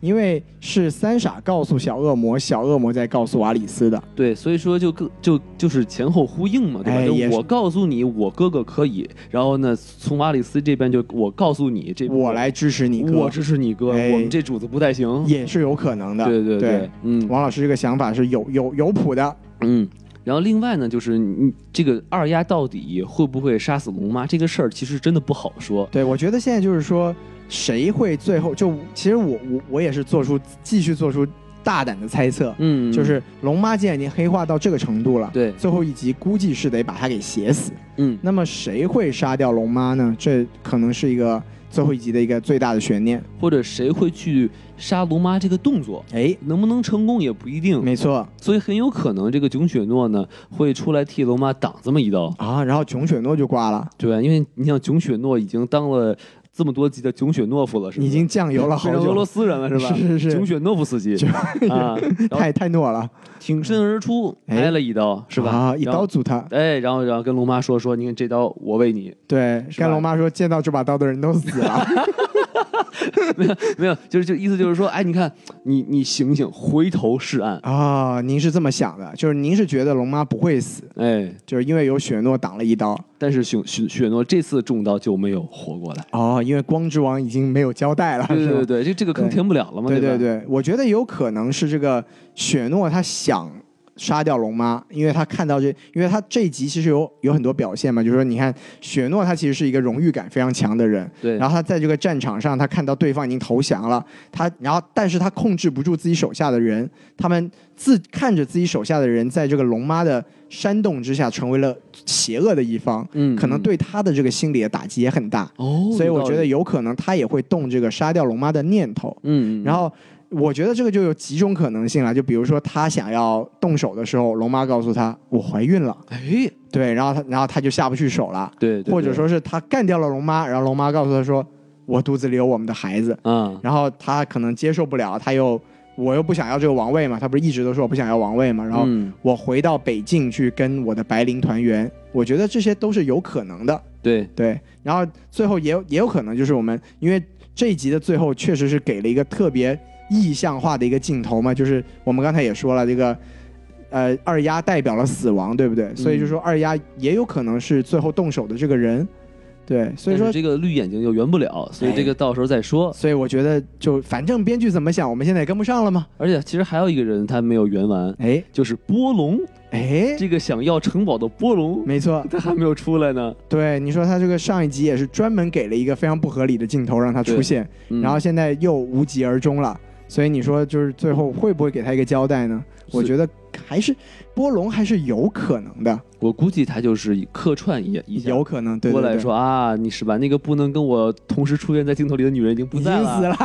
A: 因为是三傻告诉小恶魔，小恶魔再告诉瓦里斯的。
B: 对，所以说就更就就是前后呼应嘛，对吧？
A: 哎也
B: 就是我告诉你，我哥哥可以，然后呢，从阿里斯这边就我告诉你，这
A: 我，来支持你哥，
B: 我支持你哥，
A: 哎
B: 我们这主子不太行。
A: 也是有可能的。
B: 对对
A: 对
B: 对，嗯
A: 王老师这个想法是有有有谱的。
B: 嗯。然后另外呢，就是你这个二丫到底会不会杀死龙妈这个事儿，其实真的不好说。
A: 对，我觉得现在就是说，谁会最后就其实我我我也是做出继续做出大胆的猜测，
B: 嗯，
A: 就是龙妈既然已经黑化到这个程度了，
B: 对
A: 最后一集估计是得把她给写死。
B: 嗯
A: 那么谁会杀掉龙妈呢？这可能是一个最后一集的一个最大的悬念。
B: 或者谁会去杀龙妈这个动作，
A: 哎，
B: 能不能成功也不一定。
A: 没错
B: 所以很有可能这个囧雪诺呢会出来替龙妈挡这么一刀。
A: 啊，然后囧雪诺就挂了，
B: 对吧？因为你想，囧雪诺已经当了这么多集的囧雪诺夫了，是吧？
A: 已经酱油了好
B: 变成俄
A: 久，
B: 罗斯人了，是吧？
A: 是是是
B: 囧雪诺夫斯基
A: 就
B: 啊，然后
A: 太太懦了，
B: 挺身而出，
A: 哎
B: 挨了一刀，是吧？
A: 啊，一
B: 然
A: 刀
B: 后。
A: 阻他。
B: 哎，然后然后跟龙妈说说，你看这刀我为你，
A: 对，
B: 是吧
A: 跟龙妈说，见到这把刀的人都死了。
B: 没有，就是就意思就是说，哎，你看你你醒醒，回头是岸，
A: 啊、您是这么想的，就是您是觉得龙妈不会死，
B: 哎，
A: 就是因为有雪诺挡了一刀。
B: 但是雪雪雪诺这次中刀就没有活过来，
A: 哦，因为光之王已经没有交代了，
B: 对
A: 是吧
B: 对对对，这这个坑
A: 对
B: 填不了了嘛，
A: 对
B: 吧？
A: 对对，我觉得有可能是这个雪诺他想杀掉龙妈，因为他看到这，因为他这一集其实有有很多表现嘛，就是说你看雪诺他其实是一个荣誉感非常强的人，
B: 对
A: 然后他在这个战场上，他看到对方已经投降了，他然后但是他控制不住自己手下的人，他们自看着自己手下的人在这个龙妈的煽动之下成为了邪恶的一方，
B: 嗯
A: 可能
B: 嗯
A: 对他的这个心理的打击也很大，
B: 哦，
A: 所以
B: 有
A: 我
B: 道
A: 觉得
B: 理，
A: 有可能他也会动这个杀掉龙妈的念头。
B: 嗯，嗯
A: 然后我觉得这个就有几种可能性了，就比如说他想要动手的时候，龙妈告诉他我怀孕了，
B: 哎，
A: 对，然后他然后他就下不去手了，
B: 对，对
A: 或者
B: 对
A: 说是他干掉了龙妈，然后龙妈告诉他说我肚子里有我们的孩子，
B: 啊，
A: 然后他可能接受不了，他又我又不想要这个王位嘛，他不是一直都说我不想要王位嘛，然后
B: 嗯
A: 我回到北境去跟我的白灵团圆，我觉得这些都是有可能的。
B: 对，
A: 对，然后最后也有也有可能就是我们，因为这一集的最后确实是给了一个特别意象化的一个镜头嘛，就是我们刚才也说了，这个呃二丫代表了死亡，对不对？
B: 嗯
A: 所以就说二丫也有可能是最后动手的这个人，对，所以
B: 但
A: 说哎
B: 是。这个绿眼睛又圆不了，所以这个到时候再说。
A: 所以我觉得，就反正编剧怎么想，我们现在也跟不上了嘛。
B: 而且其实还有一个人他没有圆完，
A: 哎
B: 就是波龙，
A: 哎，
B: 这个想要城堡的波龙，
A: 没错，
B: 他还没有出来呢。
A: 对你说他这个上一集也是专门给了一个非常不合理的镜头让他出
B: 对
A: 现，
B: 嗯
A: 然后现在又无疾而终了，所以你说就是最后会不会给他一个交代呢？
B: 是
A: 我觉得还是波龙还是有可能的，
B: 我估计他就是客串一一下
A: 有可能对
B: 过
A: 对
B: 来
A: 对，
B: 说啊，你是吧？那个不能跟我同时出现在镜头里的女人已经不
A: 已
B: 在
A: 经死
B: 了，
A: 了，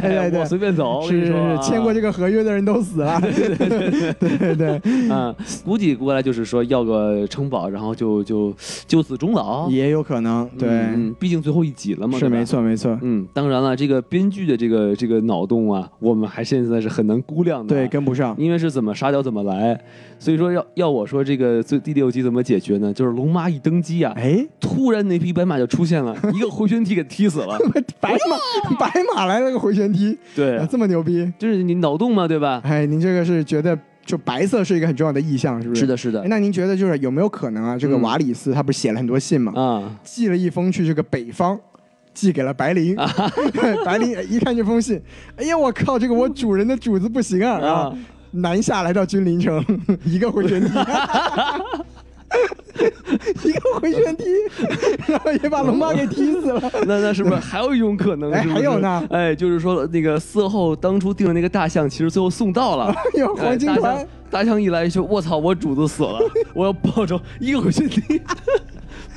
A: 对对
B: 我
A: 对。
B: 随便走。我跟
A: 是
B: 你
A: 是
B: 说
A: 是
B: 啊，
A: 签过这个合约的人都死了， 对对对，
B: 啊，估计过来就是说要个城堡，然后就就就此终老。
A: 也有可能，对，
B: 嗯，毕竟最后一集了嘛，
A: 是
B: 对吧
A: 没。错没错，
B: 嗯，当然了，这个编剧的这个这个脑洞啊，我们还现在是很难估量的。啊
A: 对，跟不上，
B: 因为是怎么杀掉怎么来，所以说要要我说这个最第六集怎么解决呢？就是龙妈一登基啊，
A: 哎，
B: 突然那匹白马就出现了，一个回旋踢给踢死了。
A: 白马白马来了个回旋踢，
B: 对
A: 啊，这么牛逼，
B: 就是你脑洞嘛，对吧？
A: 哎，您这个是觉得就白色是一个很重要的意象，是不是？
B: 是的，是的
A: 哎。那您觉得就是有没有可能啊？这个
B: 嗯
A: 瓦里斯他不是写了很多信吗？
B: 啊，
A: 寄了一封去这个北方，寄给了白灵。
B: 啊
A: 白灵一看这封信，哎呀，我靠，这个我主人的主子不行啊！啊
B: 啊，
A: 南下来到君临城， 一个回旋 踢，一个回旋踢，然后也把龙妈给踢死了。
B: 那那是不是还有一种可能？
A: 哎
B: 是不是
A: 还有呢
B: 哎，就是说那个四后当初定的那个大象，其实最后送到了。
A: 哎呦， 黄金
B: 哎大
A: 团
B: 象，大象一来就我操，我主子死了，我要报仇，一个回旋踢。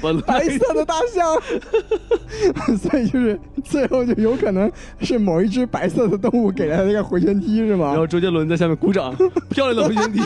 B: 本来
A: 白色的大象， 所以就是最后就有可能是某一只白色的动物给了他那个回旋踢，是吗
B: 然？后周杰伦在下面鼓掌，漂亮的回旋踢。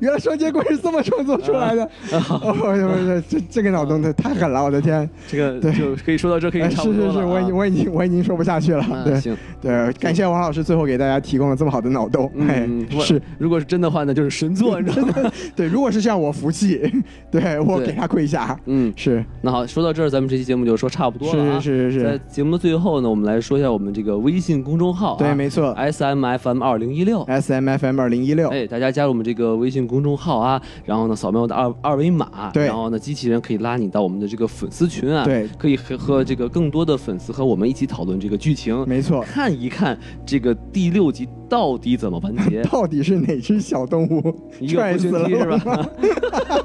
A: 原来双截棍是这么创作出来 的。
B: 啊
A: 哦，我我这这个脑洞太太狠了，我的天！
B: 这个就可以说到啊这，可以
A: 哎，
B: 差
A: 是
B: 不多
A: 是
B: 了、啊。
A: 是，我已经我已经我已经说不下去了。
B: 啊
A: 对
B: 行，
A: 对，感谢王老师最后给大家提供了这么好的脑洞。哎
B: 嗯，，我
A: 是。
B: 如果是真的话，那就是神 作，你知道吗？
A: 对，如果是这样，我服气。 对我
B: 对
A: 给他跪下。
B: 嗯，
A: 是
B: 那好，说到这儿，咱们这期节目就说差不多了、啊。
A: 是是是
B: 在
A: 是，
B: 节目的最后呢，我们来说一下我们这个微信公众号、啊，
A: 对，没错。哎
B: ，S M F M 二零一六。
A: S M F M 二零一六，
B: 哎，大家加入我们这个微信公众号啊，然后呢，扫描我的二二维码，
A: 对
B: 然后呢，机器人可以拉你到我们的这个粉丝群啊，
A: 对
B: 可以和和这个更多的粉丝和我们一起讨论这个剧情，
A: 没错。，
B: 看一看这个第六集到底怎么完结
A: 到底是哪只小动物
B: 一个
A: 拽
B: 不
A: 死
B: 群
A: 了
B: 踢是
A: 龙
B: 吧？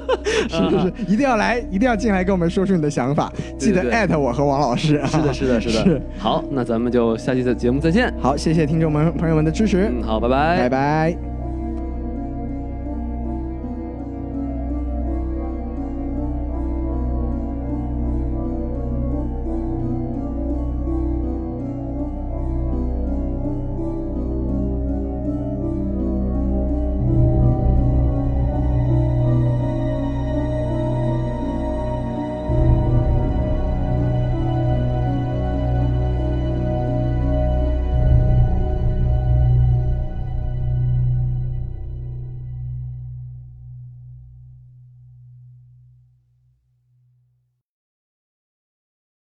B: 啊
A: 是是是，一定要来，一定要进来跟我们说出你的想法，记得
B: 对
A: 艾特我和王老师啊。
B: 是的，是 的，是的。
A: 是
B: 好，那咱们就下期的节目再见。
A: 好，谢谢听众们朋友们的支持，
B: 嗯，好，拜拜，
A: 拜拜。